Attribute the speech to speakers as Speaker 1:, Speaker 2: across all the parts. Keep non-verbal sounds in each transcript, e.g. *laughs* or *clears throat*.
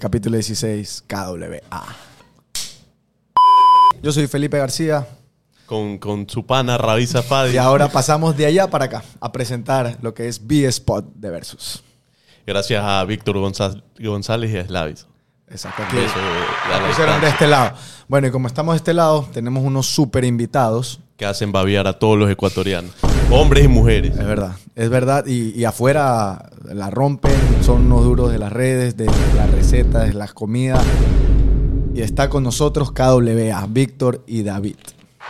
Speaker 1: capítulo 16 KWA. Yo soy Felipe García
Speaker 2: Con, con su pana Rabiza Fadi.
Speaker 1: y ahora pasamos de allá para acá a presentar lo que es B-Spot de Versus.
Speaker 2: Gracias a Víctor Gonzá- González y a Slavis.
Speaker 1: Exacto,
Speaker 2: Un
Speaker 1: aquí
Speaker 2: beso, eh, a
Speaker 1: pusieron
Speaker 2: la
Speaker 1: de
Speaker 2: distancia,
Speaker 1: este lado. Bueno, y como estamos de este lado, tenemos unos super invitados.
Speaker 2: Que hacen babiar a todos los ecuatorianos. Hombres y mujeres.
Speaker 1: Es verdad, es verdad. Y, y afuera la rompen, son unos duros de las redes, de las recetas, de las comidas. Y está con nosotros KWA, Víctor y David,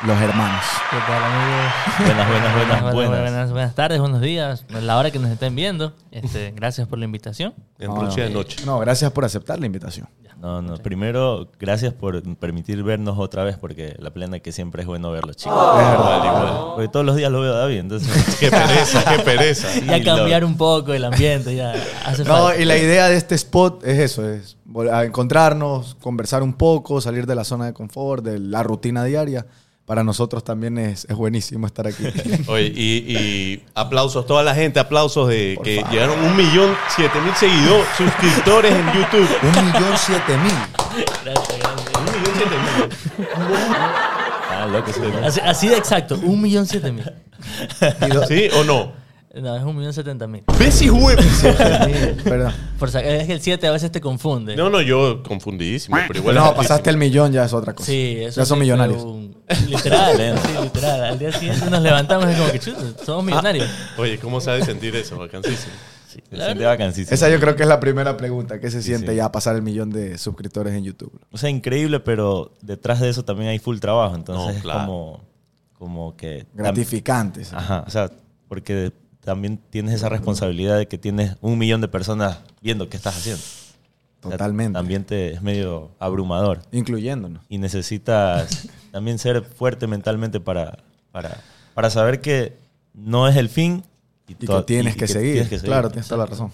Speaker 1: los hermanos.
Speaker 3: ¿Qué tal, amigos?
Speaker 2: Buenas, buenas, buenas, buenas.
Speaker 3: buenas, buenas tardes, buenos días, a la hora que nos estén viendo. Este, gracias por la invitación.
Speaker 2: En
Speaker 1: No,
Speaker 2: Rusia de
Speaker 1: no.
Speaker 2: noche.
Speaker 1: No, gracias por aceptar la invitación.
Speaker 4: No, no. Primero, gracias por permitir vernos otra vez, porque la plena que siempre es bueno verlos, chicos.
Speaker 2: Igual, igual.
Speaker 4: Porque todos los días lo veo a
Speaker 2: *laughs*
Speaker 4: David, entonces.
Speaker 2: Qué pereza, qué pereza.
Speaker 3: Ya cambiar un poco el ambiente, ya hace
Speaker 1: No,
Speaker 3: falta.
Speaker 1: y la idea de este spot es eso, es vol- a encontrarnos, conversar un poco, salir de la zona de confort, de la rutina diaria. Para nosotros también es, es buenísimo estar aquí.
Speaker 2: Oye, y, y aplausos, toda la gente, aplausos de que llegaron un millón siete mil seguidores, suscriptores en YouTube.
Speaker 1: Un millón siete mil.
Speaker 3: Gracias, gracias.
Speaker 2: Un millón siete mil.
Speaker 4: Ah, loco, sí, ¿no?
Speaker 3: Así, así de exacto, un millón siete mil.
Speaker 1: Y do-
Speaker 2: ¿Sí o no?
Speaker 3: No, es un millón setenta mil.
Speaker 2: ¿Ves y
Speaker 1: Perdón.
Speaker 3: Por sa- es que el 7 a veces te confunde.
Speaker 2: No, no, yo confundidísimo, pero igual.
Speaker 1: no,
Speaker 2: es
Speaker 1: pasaste el millón, ya es otra cosa.
Speaker 3: Sí, eso
Speaker 1: ya
Speaker 3: sí fue
Speaker 1: son millonarios.
Speaker 3: un-
Speaker 2: *laughs*
Speaker 3: literal, sí, literal. Al día siguiente nos levantamos y es como que chuta,
Speaker 2: Ah.
Speaker 3: somos millonarios.
Speaker 2: Oye, ¿cómo se ha de sentir eso, vacancísimo?
Speaker 4: Me sentí vacancísimo.
Speaker 1: Esa yo creo que es la primera pregunta. ¿Qué se siente
Speaker 4: sí.
Speaker 1: ya pasar el millón de suscriptores en YouTube?
Speaker 4: O sea, increíble, pero detrás de eso también hay full trabajo, entonces
Speaker 2: No, claro.
Speaker 4: es como, como que...
Speaker 1: Gratificantes.
Speaker 4: Ajá, o sea, porque también tienes esa responsabilidad de que tienes un millón de personas viendo qué estás haciendo. O sea,
Speaker 1: Totalmente.
Speaker 4: Ah, También te, es medio abrumador.
Speaker 1: Incluyéndonos.
Speaker 4: y necesitas también ser fuerte mentalmente para, para, para saber que no es el fin
Speaker 1: Y que
Speaker 4: to-
Speaker 1: tienes
Speaker 4: y
Speaker 1: que, seguir.
Speaker 4: tienes que
Speaker 1: Claro, tienes toda la razón.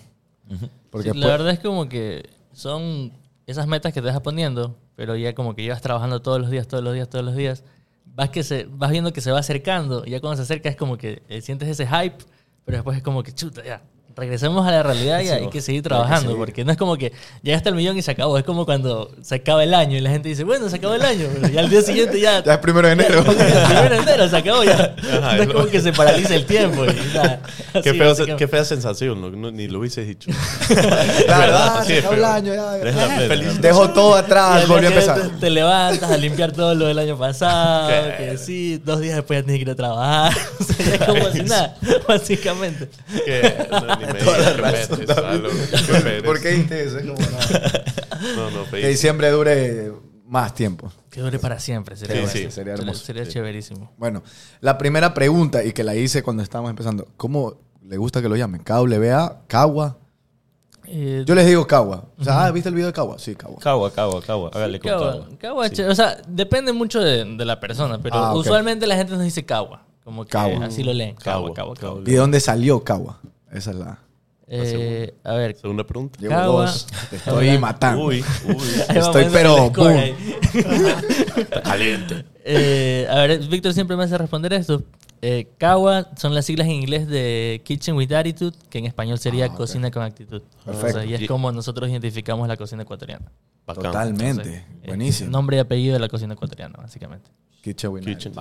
Speaker 1: Porque
Speaker 3: Sí,
Speaker 1: pues-
Speaker 3: la verdad es como que son esas metas que te vas poniendo, pero ya como que llevas trabajando todos los días, todos los días, todos los días. Vas, que se, vas viendo que se va acercando, y ya cuando se acerca es como que eh, sientes ese hype, pero después es como que chuta, ya. Regresemos a la realidad y hay que seguir trabajando, porque no es como que llegaste al millón y se acabó. Es como cuando se acaba el año y la gente dice, bueno, se acabó el año, pero ya al día siguiente ya.
Speaker 1: *laughs* ya es primero de enero.
Speaker 3: *laughs* el primero de enero se acabó ya.
Speaker 2: Ajá,
Speaker 3: no
Speaker 2: es
Speaker 3: es
Speaker 2: lo-
Speaker 3: como que se paraliza el tiempo. y nada.
Speaker 2: Qué,
Speaker 3: Así,
Speaker 2: feo-
Speaker 3: básicamente.
Speaker 2: qué fea sensación, no- no- ni lo
Speaker 1: *laughs*
Speaker 2: hubieses dicho.
Speaker 1: *laughs* La
Speaker 2: verdad,
Speaker 1: verdad,
Speaker 2: sí,
Speaker 1: ah, se acabó el
Speaker 2: pero-
Speaker 1: año, ya.
Speaker 4: Eres la plena.
Speaker 2: Feliz-
Speaker 1: Dejo todo
Speaker 3: Y
Speaker 1: atrás,
Speaker 3: al
Speaker 1: volvió a
Speaker 3: día
Speaker 1: empezar.
Speaker 3: siguiente Te levantas a limpiar todo lo del año pasado,
Speaker 2: Claro.
Speaker 3: que sí, dos días después ya tienes que ir a trabajar. *laughs* O sea, es como si nada, básicamente.
Speaker 2: Que, no, ni me digas, qué pereza, loco, qué pereza.
Speaker 1: ¿Por qué dijiste eso? Es como, no.
Speaker 2: No, no,
Speaker 1: Que
Speaker 2: pedí.
Speaker 1: diciembre dure más tiempo.
Speaker 3: Que dure para siempre, sería,
Speaker 2: Sí, sí.
Speaker 3: bueno.
Speaker 1: Sería hermoso.
Speaker 3: Sería chéverísimo.
Speaker 1: Bueno, la primera pregunta, y que la hice cuando estábamos empezando, ¿cómo le gusta que lo llamen? ¿KWA? ¿Cagua?
Speaker 3: Eh,
Speaker 1: Yo les digo Cagua. O sea, ah, ¿viste el video de Cagua? Sí, Cagua.
Speaker 4: Cagua, cagua, cagua. Hágale con
Speaker 3: Cagua,
Speaker 4: cagua.
Speaker 3: cagua, che- O sea, depende mucho de, de la persona, pero
Speaker 1: Ah, ok.
Speaker 3: usualmente la gente nos dice cagua. Como que
Speaker 1: Cagua.
Speaker 3: así lo leen.
Speaker 2: Cagua,
Speaker 3: Cagua, cagua, cagua.
Speaker 1: ¿Y de dónde salió Cagua? Esa es la...
Speaker 3: Eh, a ver.
Speaker 2: Segunda pregunta.
Speaker 1: Llevo
Speaker 3: Cagua.
Speaker 1: dos. Te estoy
Speaker 3: Hola.
Speaker 1: matando.
Speaker 2: Uy, uy.
Speaker 3: *laughs* ahí va
Speaker 1: Estoy,
Speaker 3: poniendo
Speaker 1: pero,
Speaker 3: el score
Speaker 1: boom.
Speaker 3: ahí.
Speaker 2: Caliente.
Speaker 3: Eh, a ver, Víctor siempre me hace responder esto. Eh, CAWA son las siglas en inglés de Kitchen with Attitude, que en español sería
Speaker 1: Ah, ok.
Speaker 3: Cocina con Actitud.
Speaker 1: Perfecto.
Speaker 3: O sea, y es
Speaker 2: Y-
Speaker 3: como nosotros identificamos la cocina ecuatoriana.
Speaker 2: Bacán.
Speaker 1: Totalmente.
Speaker 3: Eh,
Speaker 1: Buenísimo.
Speaker 3: nombre y apellido de la cocina ecuatoriana, básicamente.
Speaker 1: Quiche Winari.
Speaker 2: Kitchen.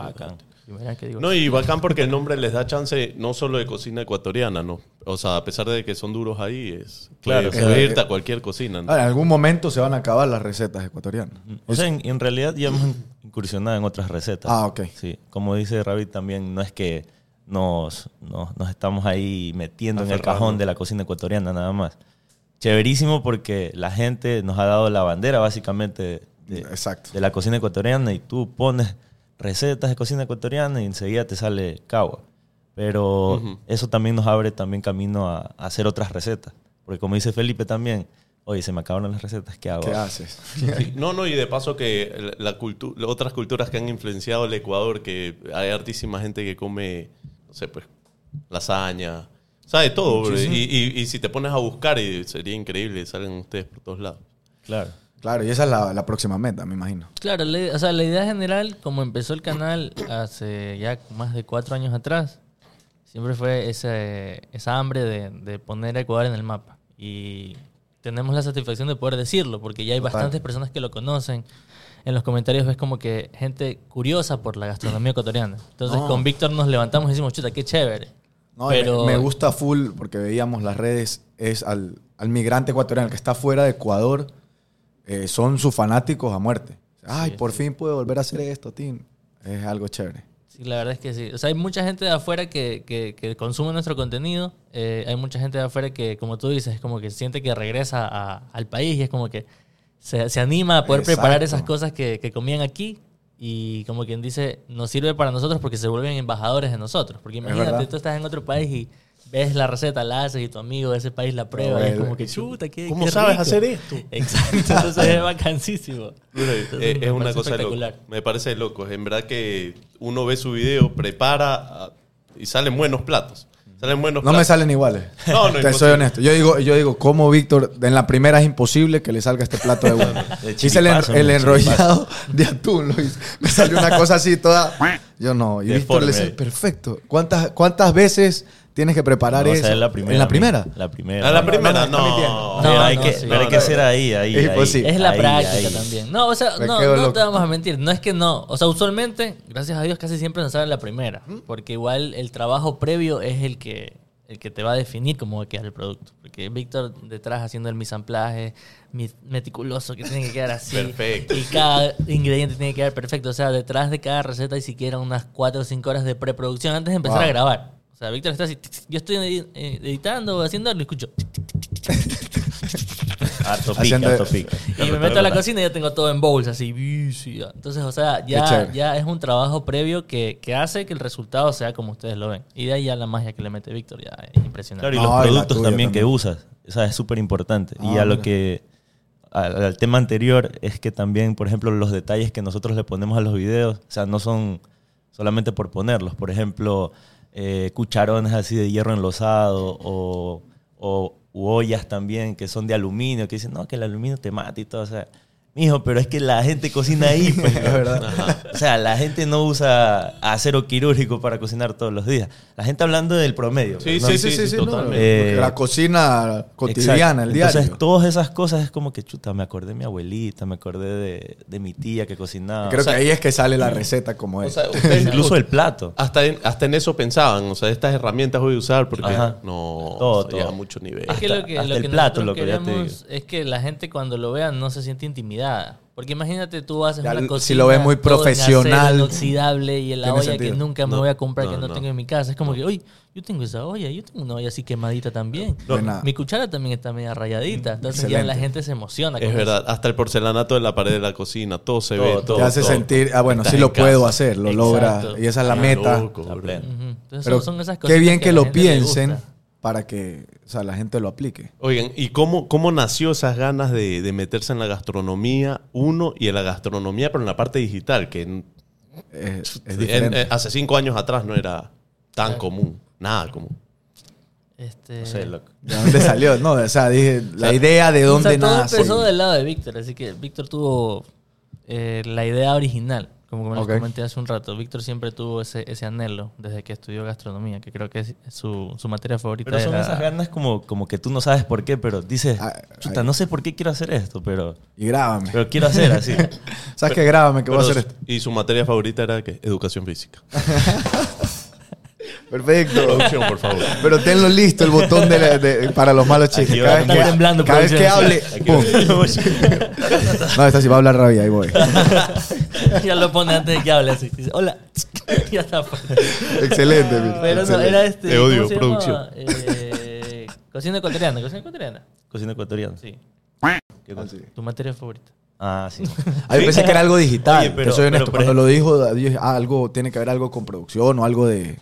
Speaker 3: Y mira que digo.
Speaker 2: No, y bacán porque el nombre les da chance no solo de cocina ecuatoriana, ¿no? O sea, a pesar de que son duros ahí, es. Claro,
Speaker 4: Claro.
Speaker 2: se puede
Speaker 1: Eh,
Speaker 2: irte a cualquier cocina. ¿no?
Speaker 1: Ahora, en algún momento se van a acabar las recetas ecuatorianas.
Speaker 4: O sea, en, en realidad ya hemos incursionado en otras recetas.
Speaker 1: Ah, ok.
Speaker 4: Sí, como dice Rabbit también, no es que nos, nos, nos estamos ahí metiendo en el
Speaker 2: Aferrando.
Speaker 4: cajón de la cocina ecuatoriana nada más. Chéverísimo porque la gente nos ha dado la bandera básicamente de,
Speaker 1: Exacto.
Speaker 4: de la cocina ecuatoriana y tú pones recetas de cocina ecuatoriana y enseguida te sale cagua. Pero
Speaker 2: Ujú.
Speaker 4: eso también nos abre también camino a, a hacer otras recetas. Porque como dice Felipe también, oye, se me acabaron las recetas, ¿qué hago?
Speaker 1: ¿Qué haces? *laughs*
Speaker 2: Sí, No, no, y de paso que la cultu- las otras culturas que han influenciado el Ecuador, que hay hartísima gente que come, no sé, pues, lasaña, o sea, de todo, bro. Y, y- y si te pones a buscar, y sería increíble, salen ustedes por todos lados.
Speaker 4: Claro.
Speaker 1: Claro, y esa es la, la próxima meta, me imagino.
Speaker 3: Claro, la- o sea, la idea general, como empezó el canal hace ya más de cuatro años atrás, siempre fue ese, esa hambre de, de poner a Ecuador en el mapa. Y tenemos la satisfacción de poder decirlo, porque ya hay
Speaker 1: Total.
Speaker 3: bastantes personas que lo conocen. En los comentarios ves como que gente curiosa por la gastronomía ecuatoriana. Entonces
Speaker 1: No.
Speaker 3: con Víctor nos levantamos y decimos, chuta, qué chévere.
Speaker 1: No,
Speaker 3: Pero-
Speaker 1: me, me gusta full porque veíamos las redes, es al, al migrante ecuatoriano, el que está fuera de Ecuador, eh, son sus fanáticos a muerte. Ay, por fin puedo volver a hacer esto, Tim. Es algo chévere.
Speaker 3: Sí, la verdad es que sí. O sea, hay mucha gente de afuera que, que- que consume nuestro contenido. Eh, hay mucha gente de afuera que, como tú dices, como que siente que regresa a- al país y es como que se, se anima a poder
Speaker 1: Exacto.
Speaker 3: preparar esas cosas que, que comían aquí. Y como quien dice, nos sirve para nosotros porque se vuelven embajadores de nosotros. Porque imagínate,
Speaker 1: verdad.
Speaker 3: tú estás en otro país y ves la receta, la haces y tu amigo de ese país la prueba. y es
Speaker 1: vuelve.
Speaker 3: como que chuta, qué,
Speaker 2: ¿Cómo
Speaker 3: Eh, qué
Speaker 2: sabes
Speaker 3: rico".
Speaker 2: hacer esto?
Speaker 3: *laughs* Exacto, entonces es bacanísimo.
Speaker 2: Eh, es una cosa loca. Me parece loco. En verdad que uno ve su video, prepara ah, y salen buenos platos. Salen buenos *laughs*
Speaker 1: No me
Speaker 2: platos.
Speaker 1: salen iguales.
Speaker 2: No, no,
Speaker 1: Te soy
Speaker 2: imposible.
Speaker 1: honesto. Yo digo, yo digo, como Víctor, en la primera es imposible que le salga este plato de bueno.
Speaker 4: De
Speaker 1: Hice el, en-
Speaker 4: chiripazo,
Speaker 1: el
Speaker 4: ¿no?
Speaker 1: enrollado de atún, lo hice. Me salió una cosa así toda. Yo no. Y Víctor
Speaker 4: Deforme.
Speaker 1: le dice, perfecto. ¿Cuántas, ¿Cuántas veces tienes que preparar
Speaker 4: No, o sea,
Speaker 1: eso?
Speaker 4: es la primera.
Speaker 1: ¿En la
Speaker 4: mi-
Speaker 1: primera?
Speaker 4: La primera.
Speaker 3: Ah,
Speaker 2: A la primera,
Speaker 1: no, no,
Speaker 2: no.
Speaker 1: no,
Speaker 4: Pero hay
Speaker 3: no,
Speaker 4: que,
Speaker 3: sí.
Speaker 4: pero hay
Speaker 2: No,
Speaker 4: que
Speaker 2: no.
Speaker 4: ser ahí, ahí.
Speaker 1: Es
Speaker 4: ahí,
Speaker 1: imposible.
Speaker 3: Es la
Speaker 4: ahí,
Speaker 3: práctica
Speaker 4: ahí.
Speaker 3: también. No, o sea,
Speaker 1: Me
Speaker 3: no,
Speaker 1: quedo
Speaker 3: no
Speaker 1: loco.
Speaker 3: te vamos a mentir. No es que no. O sea, usualmente, gracias a Dios, casi siempre nos sale la primera. Porque igual el trabajo previo es el que, el que te va a definir cómo va a quedar el producto. Porque Víctor detrás haciendo el misamplaje meticuloso que tiene que
Speaker 1: *laughs*
Speaker 3: quedar así.
Speaker 2: Perfecto.
Speaker 3: Y cada ingrediente tiene que quedar perfecto. O sea, detrás de cada receta hay siquiera unas 4 o 5 horas de preproducción antes de empezar
Speaker 1: Wow.
Speaker 3: a grabar. O sea, Víctor está así. tic, tic, Yo estoy edi- eh, editando, haciendo, lo escucho. tic, tic,
Speaker 4: Harto pique,
Speaker 1: Haciendo-
Speaker 4: harto pique.
Speaker 3: y me meto a la cocina y ya tengo todo en bowls, así. y sí, ya. Entonces, o sea,
Speaker 1: Qué
Speaker 3: ya,
Speaker 1: chévere.
Speaker 3: ya es un trabajo previo que, que hace que el resultado sea como ustedes lo ven. Y de ahí ya la magia que le mete Víctor, ya es impresionante.
Speaker 4: Claro, y
Speaker 1: No, y
Speaker 4: los
Speaker 1: la
Speaker 4: productos
Speaker 1: tuya
Speaker 4: también, que
Speaker 1: también.
Speaker 4: usas. Esa es súper importante. y
Speaker 1: Ah,
Speaker 4: a lo
Speaker 1: mira.
Speaker 4: que. Al, al tema anterior es que también, por ejemplo, los detalles que nosotros le ponemos a los videos, o sea, no son solamente por ponerlos. Por ejemplo, eh, cucharones así de hierro enlosado o, o u ollas también que son de aluminio, que dicen, no, que el aluminio te mata y todo. O sea, mijo, pero es que la gente cocina ahí,
Speaker 1: *laughs*
Speaker 4: pues.
Speaker 1: Es verdad.
Speaker 4: O sea, la gente no usa acero quirúrgico para cocinar todos los días. La gente hablando del promedio. pues,
Speaker 2: Sí,
Speaker 4: ¿no?
Speaker 2: sí, sí, sí,
Speaker 1: no,
Speaker 2: totalmente.
Speaker 4: Eh,
Speaker 1: la cocina cotidiana,
Speaker 4: Exacto.
Speaker 1: el diario.
Speaker 4: Entonces, todas esas cosas es como que, chuta, me acordé de mi abuelita, me acordé de, de mi tía que cocinaba.
Speaker 1: Creo
Speaker 4: O sea,
Speaker 1: que ahí es que sale la receta como es. Ah,
Speaker 2: O sea, ustedes-
Speaker 4: incluso el plato.
Speaker 2: Hasta en, hasta en eso pensaban, o sea, estas herramientas voy a usar porque
Speaker 4: Ajá.
Speaker 2: no
Speaker 4: Todo,
Speaker 2: o sea, ya
Speaker 4: todo.
Speaker 2: a mucho nivel.
Speaker 3: Es que
Speaker 4: Hasta-
Speaker 3: lo que,
Speaker 4: hasta
Speaker 3: lo
Speaker 4: el
Speaker 3: que
Speaker 4: plato,
Speaker 3: nosotros
Speaker 4: loco, ya te
Speaker 3: queremos es que la gente cuando lo vea no se siente intimidada. Porque imagínate, tú haces
Speaker 1: Ya,
Speaker 3: una
Speaker 1: si
Speaker 3: cocina...
Speaker 1: lo ves muy
Speaker 3: todo en
Speaker 1: profesional,
Speaker 3: acero inoxidable y en la
Speaker 1: tiene
Speaker 3: olla
Speaker 1: sentido.
Speaker 3: que nunca me
Speaker 2: No,
Speaker 3: voy a comprar, que
Speaker 2: no,
Speaker 3: no,
Speaker 2: no.
Speaker 3: tengo en mi casa. Es como que, oye, yo tengo esa olla, yo tengo una olla así quemadita también.
Speaker 1: No, Buena.
Speaker 3: Mi cuchara también está media rayadita. Entonces ya la
Speaker 1: Excelente.
Speaker 3: gente se emociona. con
Speaker 2: Es
Speaker 3: eso.
Speaker 2: verdad, hasta el porcelanato de la pared de la cocina, todo se
Speaker 4: Todo,
Speaker 2: ve,
Speaker 4: todo,
Speaker 2: todo.
Speaker 1: Te hace
Speaker 2: todo.
Speaker 1: sentir, ah, bueno,
Speaker 2: Estás
Speaker 1: sí
Speaker 2: en
Speaker 1: lo
Speaker 2: casa.
Speaker 1: puedo hacer, lo
Speaker 3: Exacto.
Speaker 1: logra. Y esa es la
Speaker 2: Ah,
Speaker 1: meta.
Speaker 2: loco,
Speaker 4: Está
Speaker 2: bro.
Speaker 4: pleno.
Speaker 3: Ujú. Entonces
Speaker 1: Pero
Speaker 3: son, son esas cosas.
Speaker 1: qué bien que, lo piensen para que o sea, la gente lo aplique.
Speaker 2: Oigan, ¿y cómo, cómo nació esas ganas de, de meterse en la gastronomía, uno, y en la gastronomía, pero en la parte digital, que en-
Speaker 1: Es, es
Speaker 2: en-
Speaker 1: diferente.
Speaker 2: eh, hace cinco años atrás no era tan común, nada común.
Speaker 3: Este...
Speaker 4: No
Speaker 1: Mm.
Speaker 4: sé, loco.
Speaker 1: ¿De dónde salió? No, o sea, dije, la idea de
Speaker 3: O sea,
Speaker 1: dónde
Speaker 3: todo
Speaker 1: nace.
Speaker 3: empezó del lado de Víctor, así que Víctor tuvo eh, la idea original, como me lo
Speaker 1: Ok.
Speaker 3: comenté hace un rato. Víctor siempre tuvo ese, ese anhelo desde que estudió gastronomía, que creo que es su, su materia favorita.
Speaker 4: Pero
Speaker 3: de
Speaker 4: son
Speaker 3: la-
Speaker 4: esas ganas como, como que tú no sabes por qué, pero dices,
Speaker 1: Ah,
Speaker 4: chuta,
Speaker 1: ahí.
Speaker 4: no sé por qué quiero hacer esto, pero,
Speaker 1: Y grábame.
Speaker 4: pero quiero
Speaker 1: *laughs*
Speaker 4: hacer así.
Speaker 1: ¿Sabes qué? Grábame, que voy a
Speaker 2: Pero
Speaker 1: hacer
Speaker 2: su-
Speaker 1: esto.
Speaker 2: Y su materia favorita era ¿qué? Educación física.
Speaker 1: Perfecto.
Speaker 2: *laughs* Producción,
Speaker 1: *laughs*
Speaker 2: por favor.
Speaker 1: Pero tenlo listo el botón de la- de- para los malos chistes.
Speaker 4: Aquí
Speaker 1: Cada
Speaker 4: va.
Speaker 1: vez
Speaker 4: Está
Speaker 1: que,
Speaker 3: temblando,
Speaker 1: cada vez que hable,
Speaker 3: producción.
Speaker 1: pum. No, esta sí va a hablar rabia, ahí voy.
Speaker 3: *laughs* ya lo pone antes de que hable así. Dice, Hola. *laughs* ya está. pues.
Speaker 1: Excelente, mira,
Speaker 3: Pero no,
Speaker 1: Ah, excelente.
Speaker 3: era este.
Speaker 2: Te odio,
Speaker 3: ¿cómo se
Speaker 2: producción.
Speaker 3: llamaba? Eh, cocina ecuatoriana, cocina ecuatoriana.
Speaker 4: Cocina ecuatoriana.
Speaker 3: Sí,
Speaker 4: ¿Qué
Speaker 1: Ah,
Speaker 4: cosa?
Speaker 1: sí.
Speaker 3: tu materia favorita.
Speaker 4: Ah, sí.
Speaker 1: Ah, yo pensé que era algo digital.
Speaker 4: Oye, pero-
Speaker 1: te soy honesto.
Speaker 4: pero, por
Speaker 1: Cuando lo dijo, dije, ah, algo, tiene que haber algo con producción o algo de.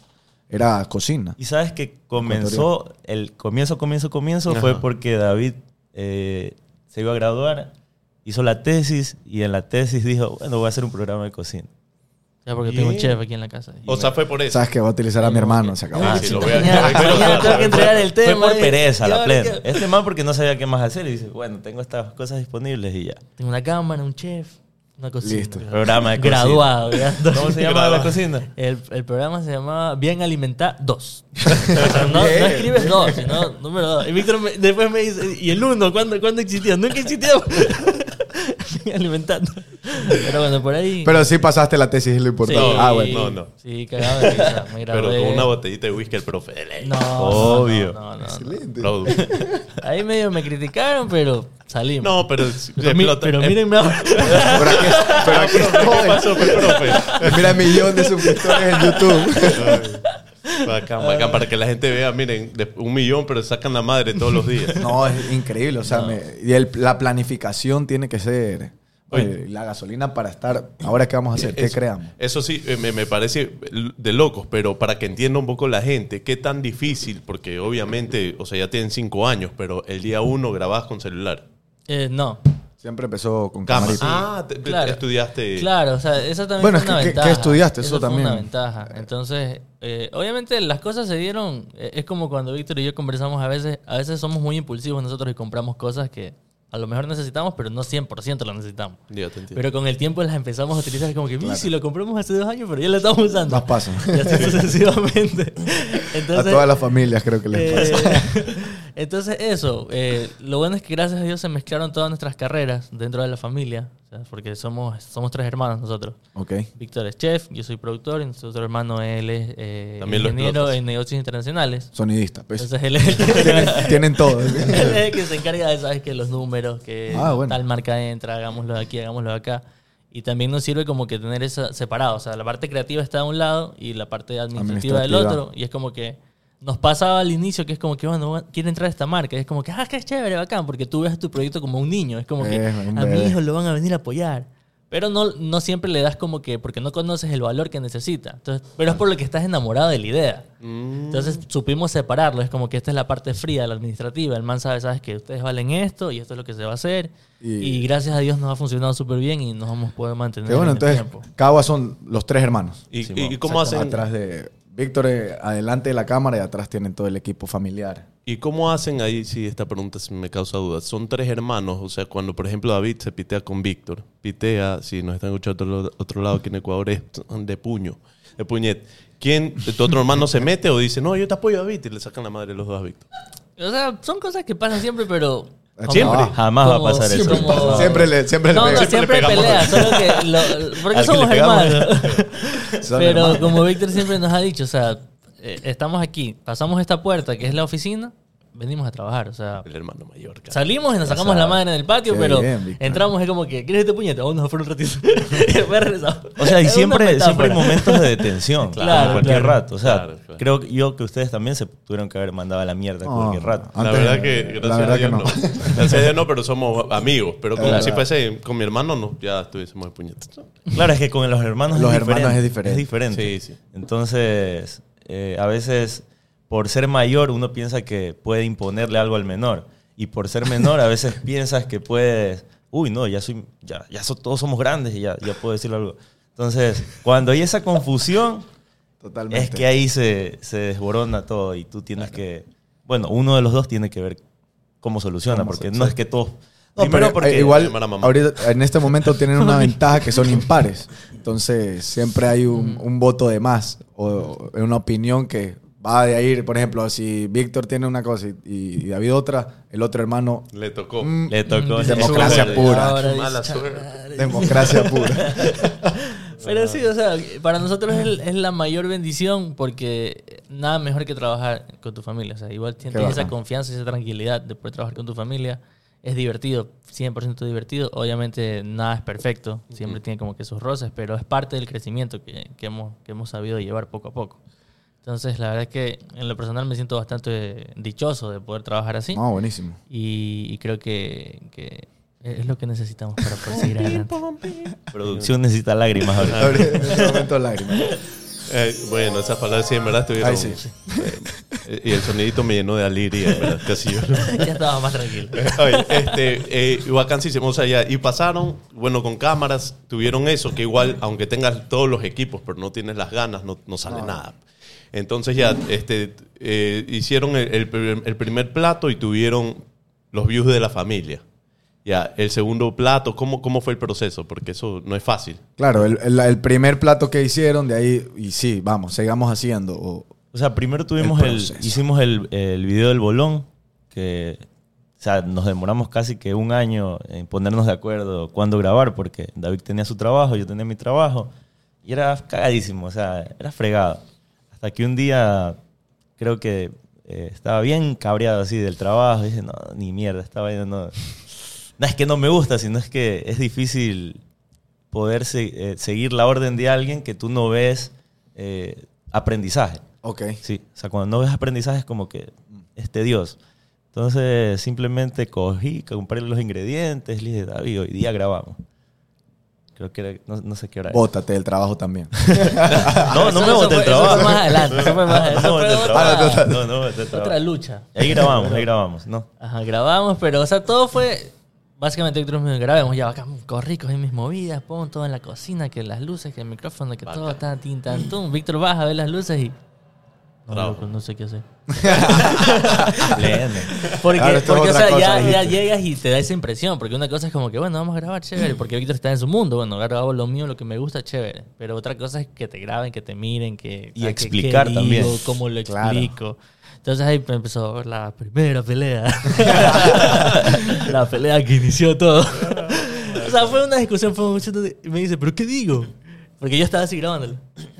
Speaker 1: Era cocina.
Speaker 4: Y sabes que comenzó, el comienzo, comienzo, comienzo
Speaker 2: Ajá.
Speaker 4: fue porque David eh, se iba a graduar, hizo la tesis y en la tesis dijo, bueno, voy a hacer un programa de cocina.
Speaker 3: Ya porque tengo un
Speaker 4: Bien.
Speaker 3: chef aquí en la casa.
Speaker 2: O sea, fue por eso.
Speaker 1: ¿Sabes que Voy a utilizar a mi hermano, se acabó.
Speaker 2: Ah, sí, Ah, lo voy a-
Speaker 3: Mañana-
Speaker 2: Pero-
Speaker 3: mañana tengo que entregar el
Speaker 4: Fue
Speaker 3: tema,
Speaker 4: por
Speaker 3: eh.
Speaker 4: pereza,
Speaker 3: Ya,
Speaker 4: la
Speaker 3: ya.
Speaker 4: plena.
Speaker 3: *laughs*
Speaker 4: Este man porque no sabía qué más hacer y dice, bueno, tengo estas cosas disponibles y ya.
Speaker 3: Tengo una cámara, un chef. Una cocina.
Speaker 1: Listo.
Speaker 4: Programa de cocina.
Speaker 3: Graduado. *laughs* ¿ya?
Speaker 4: ¿Cómo se llama la cocina?
Speaker 3: El, el programa se llamaba Bien Alimentar 2. *laughs* O sea, no, no escribes 2, sino número 2. Y Víctor me- después me dice, ¿y el 1 cuándo, cuándo existió? Nunca *laughs* existió. Bien Alimentar dos. Pero bueno, por ahí...
Speaker 1: Pero sí pasaste la tesis, es lo
Speaker 3: sí,
Speaker 1: importante. Ah, bueno.
Speaker 2: No, no.
Speaker 3: Sí, cagado de risa. Me
Speaker 2: Pero
Speaker 3: gradué.
Speaker 2: con una botellita de whisky el profe de
Speaker 3: *laughs*
Speaker 2: ley.
Speaker 3: No, no,
Speaker 4: Obvio.
Speaker 3: no, no, no.
Speaker 1: Excelente.
Speaker 2: Produ.
Speaker 3: Ahí medio me criticaron, pero salimos.
Speaker 2: No, pero... Eh,
Speaker 3: pero, mi- pero mírenme ahora.
Speaker 1: Pero aquí, pero
Speaker 2: *laughs*
Speaker 1: aquí
Speaker 2: ¿Qué pasó,
Speaker 1: estoy.
Speaker 2: pues, profe?
Speaker 1: Mira, millón de suscriptores en YouTube.
Speaker 2: Bacán, bacán, para que la gente vea, miren, de- un millón, pero sacan la madre todos los días.
Speaker 1: *laughs* *laughs* No, es increíble. O sea, me- y el- la planificación tiene que ser.
Speaker 2: Oye.
Speaker 1: oye, la gasolina para estar. Ahora, ¿qué vamos a hacer? ¿Qué
Speaker 2: Eso-
Speaker 1: creamos?
Speaker 2: Eso sí, eh, me, me parece de locos, pero para que entienda un poco la gente, qué tan difícil, porque obviamente, o sea, ya tienen cinco años, pero el día uno grabás con celular.
Speaker 3: *laughs* Eh, no.
Speaker 1: Siempre empezó con
Speaker 2: Cama.
Speaker 1: camarita.
Speaker 2: Ah, te- te-
Speaker 3: Claro.
Speaker 2: estudiaste.
Speaker 3: Claro, o sea, eso también
Speaker 1: Bueno,
Speaker 3: fue
Speaker 1: es
Speaker 3: una
Speaker 1: que- que- que
Speaker 3: ventaja.
Speaker 1: estudiaste, eso
Speaker 3: fue
Speaker 1: también.
Speaker 3: una ventaja. Entonces, eh, obviamente las cosas se dieron... eh, Es como cuando Víctor y yo conversamos a veces. A veces somos muy impulsivos nosotros y compramos cosas que a lo mejor necesitamos, pero no 100% las necesitamos.
Speaker 2: Ya te entiendo.
Speaker 3: Pero con el tiempo las empezamos a utilizar como que, "Uy, si lo compramos hace dos años, pero ya lo estamos usando.
Speaker 1: Nos
Speaker 2: *laughs*
Speaker 1: pasa.
Speaker 3: *laughs* Y así sucesivamente.
Speaker 1: a
Speaker 3: Entonces,
Speaker 1: todas las familias creo que les pasa.
Speaker 3: eh, *laughs* entonces eso, eh, lo bueno es que gracias a Dios se mezclaron todas nuestras carreras dentro de la familia, o sea, porque somos, somos tres hermanos nosotros.
Speaker 1: Ok.
Speaker 3: Víctor es chef, yo soy productor, y nuestro otro hermano él es eh,
Speaker 2: También lo
Speaker 3: ingeniero
Speaker 2: explotas.
Speaker 3: en negocios internacionales.
Speaker 1: Sonidista, pues.
Speaker 3: Entonces él es,
Speaker 1: *laughs* tienen, tienen
Speaker 2: *laughs*
Speaker 1: todo. *laughs*
Speaker 3: él es el que se encarga de, sabes, que los números, que
Speaker 1: Ah, bueno.
Speaker 3: tal marca entra, hagámoslo de aquí, hagámoslo de acá. Y también nos sirve como que tener eso separado. O sea, la parte creativa está de un lado y la parte administrativa, del
Speaker 1: Administrativa.
Speaker 3: otro. Y es como que nos pasaba al inicio que es como que, bueno, quiere entrar esta marca. Y es como que, ah, qué chévere, bacán, porque tú ves tu proyecto como un niño. Es como que
Speaker 1: Eh, un
Speaker 3: a mi
Speaker 1: bebé.
Speaker 3: hijo lo van a venir a apoyar. Pero no, no siempre le das como que, porque no conoces el valor que necesita. Entonces, pero es por lo que estás enamorado de la idea.
Speaker 1: Mm.
Speaker 3: Entonces supimos separarlo. Es como que esta es la parte fría, la administrativa. El man sabe, sabes que ustedes valen esto y esto es lo que se va a hacer. Y,
Speaker 1: Y-
Speaker 3: gracias a Dios nos ha funcionado súper bien y nos hemos podido mantener
Speaker 1: Qué bueno,
Speaker 3: en el
Speaker 1: entonces,
Speaker 3: tiempo.
Speaker 1: Cagua son los tres hermanos.
Speaker 2: ¿Y,
Speaker 4: Sí,
Speaker 2: y-
Speaker 4: mo-
Speaker 2: y cómo hacen,
Speaker 1: Atrás de Víctor, eh, adelante de la cámara y atrás tienen todo el equipo familiar.
Speaker 2: ¿Y cómo hacen ahí? Sí, esta pregunta sí me causa dudas. Son tres hermanos, o sea, cuando por ejemplo David se pitea con Víctor, pitea, si nos están escuchando otro, otro lado, que en Ecuador es de puño, de puñet. ¿Quién, tu otro hermano se mete o dice, no, yo te apoyo a David y le sacan la madre los dos a Víctor?
Speaker 3: O sea, son cosas que pasan siempre, pero... como-
Speaker 1: Ah, Siempre.
Speaker 4: Ah, Jamás va a pasar eso.
Speaker 1: Siempre
Speaker 3: como-
Speaker 1: pasa. Siempre le- siempre le
Speaker 3: no, no,
Speaker 1: pegamos.
Speaker 3: siempre
Speaker 2: Siempre le
Speaker 3: pelea,
Speaker 2: pegamos.
Speaker 3: solo que... lo- porque
Speaker 4: Al que le
Speaker 3: somos
Speaker 4: pegamos.
Speaker 3: hermanos.
Speaker 1: Son
Speaker 3: Pero
Speaker 1: hermanos.
Speaker 3: como Víctor siempre nos ha dicho, o sea, eh, estamos aquí, pasamos esta puerta que es la oficina, venimos a trabajar, o sea...
Speaker 2: El hermano mayor, cara.
Speaker 3: Salimos y nos sacamos la madre en el patio,
Speaker 1: Qué
Speaker 3: pero
Speaker 1: bien, Víctor.
Speaker 3: entramos y es como que, ¿quieres este puñete? Vamos a fuera un
Speaker 1: *laughs*
Speaker 3: ratito. Después regresamos.
Speaker 4: O sea, y
Speaker 3: Es una
Speaker 4: siempre, siempre
Speaker 3: metáfora.
Speaker 4: hay
Speaker 1: *laughs*
Speaker 4: momentos
Speaker 3: *laughs*
Speaker 4: de detención.
Speaker 3: Claro,
Speaker 4: en cualquier
Speaker 3: claro.
Speaker 4: rato. O sea,
Speaker 2: Claro, claro.
Speaker 4: creo que yo que ustedes también se tuvieron que haber mandado a la mierda
Speaker 1: No,
Speaker 4: cualquier
Speaker 3: Ah,
Speaker 4: rato.
Speaker 2: La
Speaker 1: antes-
Speaker 2: verdad que, gracias
Speaker 1: la verdad
Speaker 2: a
Speaker 1: que
Speaker 2: Dios,
Speaker 1: no.
Speaker 2: no. Gracias a Dios no, pero somos amigos. Pero como
Speaker 1: Claro.
Speaker 2: si fuese con mi hermano, no, ya estuviésemos de puñetas.
Speaker 4: Claro, es que con los hermanos,
Speaker 1: Los
Speaker 4: es,
Speaker 1: hermanos es
Speaker 4: diferente,
Speaker 1: diferente.
Speaker 2: Sí, sí.
Speaker 4: Entonces, eh, a veces, por ser mayor, uno piensa que puede imponerle algo al menor. Y por ser menor,
Speaker 1: *laughs*
Speaker 4: a veces piensas que puedes. Uy, no, ya soy, ya, ya so- todos somos grandes y ya, ya puedo decirle algo. Entonces, cuando hay esa confusión,
Speaker 1: Totalmente.
Speaker 4: es que ahí se, se desborona todo y tú tienes que. Bueno, uno de los dos tiene que ver cómo soluciona,
Speaker 1: Cómo
Speaker 4: porque
Speaker 1: se-
Speaker 4: no es que todos.
Speaker 1: No,
Speaker 4: primero
Speaker 1: pero
Speaker 4: porque.
Speaker 1: eh, igual,
Speaker 2: llamar a mamá.
Speaker 1: ahorita, en este momento tienen
Speaker 3: *laughs*
Speaker 1: una ventaja que son impares. Entonces, siempre hay un,
Speaker 3: Mm.
Speaker 1: un voto de más o, o una opinión que va de ahí. Por ejemplo, si Víctor tiene una cosa y, y David otra, el otro
Speaker 3: *laughs*
Speaker 1: hermano,
Speaker 2: Le tocó.
Speaker 1: mm,
Speaker 4: le tocó.
Speaker 3: Mm,
Speaker 1: democracia
Speaker 3: Ahora
Speaker 1: pura.
Speaker 3: dice,
Speaker 2: Mala
Speaker 3: "Chale".
Speaker 2: suerte.
Speaker 1: democracia
Speaker 3: *laughs*
Speaker 1: pura.
Speaker 3: Pero sí, o sea, para nosotros es, es la mayor bendición porque nada mejor que trabajar con tu familia. O sea, igual sientes
Speaker 1: bacán.
Speaker 3: esa confianza y esa tranquilidad de poder trabajar con tu familia. Es divertido, 100% divertido. Obviamente nada es perfecto, siempre tiene como que sus roces, pero es parte del crecimiento que, que hemos, que hemos sabido llevar poco a poco. Entonces, la verdad es que en lo personal me siento bastante dichoso de poder trabajar así.
Speaker 1: No, buenísimo.
Speaker 3: Y, y creo que, que es lo que necesitamos para poder seguir adelante.
Speaker 4: Producción necesita lágrimas ahorita.
Speaker 1: Ahorita, en este momento lágrimas.
Speaker 2: Eh, bueno, esas palabras sí en verdad estuvieron.
Speaker 1: Ay, sí.
Speaker 2: Eh, y el sonidito me llenó de alegría, en verdad. Casi yo.
Speaker 3: *laughs* ya estaba más tranquilo.
Speaker 2: *laughs* Oye, este, eh, vacancísimo, o sea, ya, y pasaron, bueno, con cámaras, tuvieron eso, que igual, aunque tengas todos los equipos, pero no tienes las ganas, no, no sale nada. Entonces ya, este, eh, hicieron el, el pr- el primer plato y tuvieron los views de la familia. Ya, el segundo plato, ¿cómo, ¿cómo fue el proceso? Porque eso no es fácil.
Speaker 1: Claro, el, el- el primer plato que hicieron, de ahí, y sí, vamos, sigamos haciendo. o-
Speaker 4: O sea, primero tuvimos
Speaker 1: El
Speaker 4: el,
Speaker 1: proceso.
Speaker 4: hicimos el, el video del bolón, que o sea, nos demoramos casi que un año en ponernos de acuerdo cuándo grabar, porque David tenía su trabajo, yo tenía mi trabajo, y era cagadísimo, o sea, era fregado. Hasta que un día creo que eh, estaba bien cabreado así del trabajo, y dije, no, ni mierda, estaba vaina no. No es que no me gusta, sino es que es difícil poder se- eh, seguir la orden de alguien que tú no ves eh, aprendizaje.
Speaker 1: ok.
Speaker 4: Sí, o sea, cuando no ves aprendizaje es como que este Dios. Entonces simplemente cogí, compré los ingredientes, le dije, David, hoy día grabamos. Creo que era, no, no sé qué hora era.
Speaker 1: Bótate el trabajo también.
Speaker 4: No,
Speaker 3: Eso-
Speaker 4: no me
Speaker 3: eso
Speaker 4: boté
Speaker 3: fue-
Speaker 4: el
Speaker 3: eso fue
Speaker 4: trabajo.
Speaker 3: más adelante, eso fue más-
Speaker 4: No,
Speaker 3: eso
Speaker 4: *laughs* Ah, no me
Speaker 3: fue
Speaker 4: boté el
Speaker 3: otra-
Speaker 4: trabajo. No, no me boté el
Speaker 3: Otra
Speaker 4: trabajo.
Speaker 3: lucha.
Speaker 4: Ahí grabamos, ahí
Speaker 3: *laughs*
Speaker 4: grabamos, ¿no?
Speaker 3: Ajá, grabamos, pero, o sea, todo fue. Básicamente, nosotros mismos grabamos ya acá, corricos en mis movidas, pongo todo en la cocina, que las luces, que el micrófono, que todo está tin tan tum. Víctor baja, ve las luces y. No,
Speaker 2: Bravo.
Speaker 3: loco, no sé qué hacer.
Speaker 4: Pleno.
Speaker 3: *laughs* Porque,
Speaker 1: Claro, esto es
Speaker 3: porque, o
Speaker 1: otra
Speaker 3: sea,
Speaker 1: cosa,
Speaker 3: ya, ya
Speaker 1: dijiste.
Speaker 3: llegas y te da esa impresión. Porque una cosa es como que, bueno, vamos a grabar,
Speaker 1: Mm.
Speaker 3: chévere. Porque Víctor está en su mundo. Bueno, ahora hago lo mío, lo que me gusta, chévere. Pero otra cosa es que te graben, que te miren, que.
Speaker 4: Y
Speaker 3: a que-
Speaker 4: explicar
Speaker 3: qué
Speaker 4: también.
Speaker 3: digo, cómo lo
Speaker 1: Claro.
Speaker 3: explico. Entonces ahí empezó la
Speaker 1: *laughs*
Speaker 3: primera pelea. la pelea que inició todo.
Speaker 1: Ah.
Speaker 3: o sea, fue una discusión. Fue un chito de- y me dice, ¿pero qué digo? Porque yo estaba
Speaker 1: *clears throat*
Speaker 3: así grabándolo.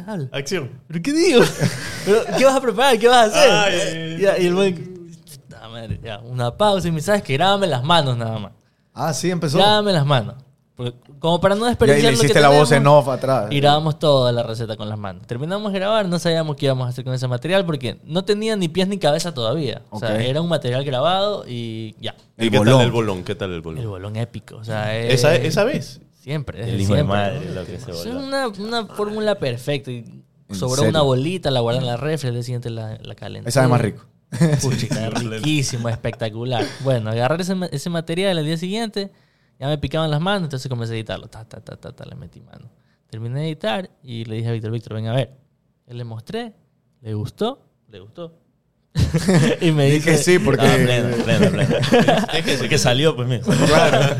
Speaker 3: Habla.
Speaker 2: Acción.
Speaker 3: ¿Pero qué digo? ¿Pero ¿Qué vas a preparar? ¿Qué vas a hacer?
Speaker 2: Ay, ay, ay.
Speaker 3: Ya, y el buen... Puta madre, ya, una pausa y me sabes que grábame las manos nada más.
Speaker 1: Ah, sí, empezó. Ya,
Speaker 3: Grábame las manos. Porque como para no
Speaker 1: y ahí
Speaker 3: desperdiciar
Speaker 1: le
Speaker 3: lo que
Speaker 1: hiciste la voz en
Speaker 3: tenemos,
Speaker 1: off atrás.
Speaker 3: Y grabamos toda la receta con las manos. Terminamos de grabar, no sabíamos qué íbamos a hacer con ese material porque no tenía ni pies ni cabeza todavía. O sea,
Speaker 1: Ok.
Speaker 3: era un material grabado y ya.
Speaker 1: El
Speaker 2: ¿Y qué
Speaker 1: bolón.
Speaker 2: tal el bolón? ¿Qué tal el
Speaker 3: El
Speaker 2: bolón?
Speaker 3: bolón épico. O sea, es-
Speaker 2: Esa, esa vez.
Speaker 3: Siempre. desde
Speaker 4: El hijo de
Speaker 3: siempre.
Speaker 4: madre, lo que se
Speaker 3: Eso es
Speaker 4: voló.
Speaker 3: una, una fórmula perfecta. y
Speaker 1: ¿En
Speaker 3: Sobró
Speaker 1: serio?
Speaker 3: una bolita, la guardan en la refri, al día siguiente la, la calentan.
Speaker 1: Esa es más rico. *laughs*
Speaker 3: Puchica, riquísimo, espectacular. Bueno, agarré ese, ma- ese material al día siguiente, ya me picaban las manos, entonces comencé a editarlo. Ta, ta, ta, ta, ta, le metí mano. Terminé de editar y le dije a Víctor, Víctor, ven a ver. Él le mostré, le gustó, le gustó. *laughs* y me
Speaker 1: Y
Speaker 3: dice,
Speaker 1: que sí,
Speaker 4: Ah, pleno,
Speaker 1: porque.
Speaker 4: pleno, pleno. *laughs*
Speaker 2: *laughs*
Speaker 4: Porque salió, pues, mira.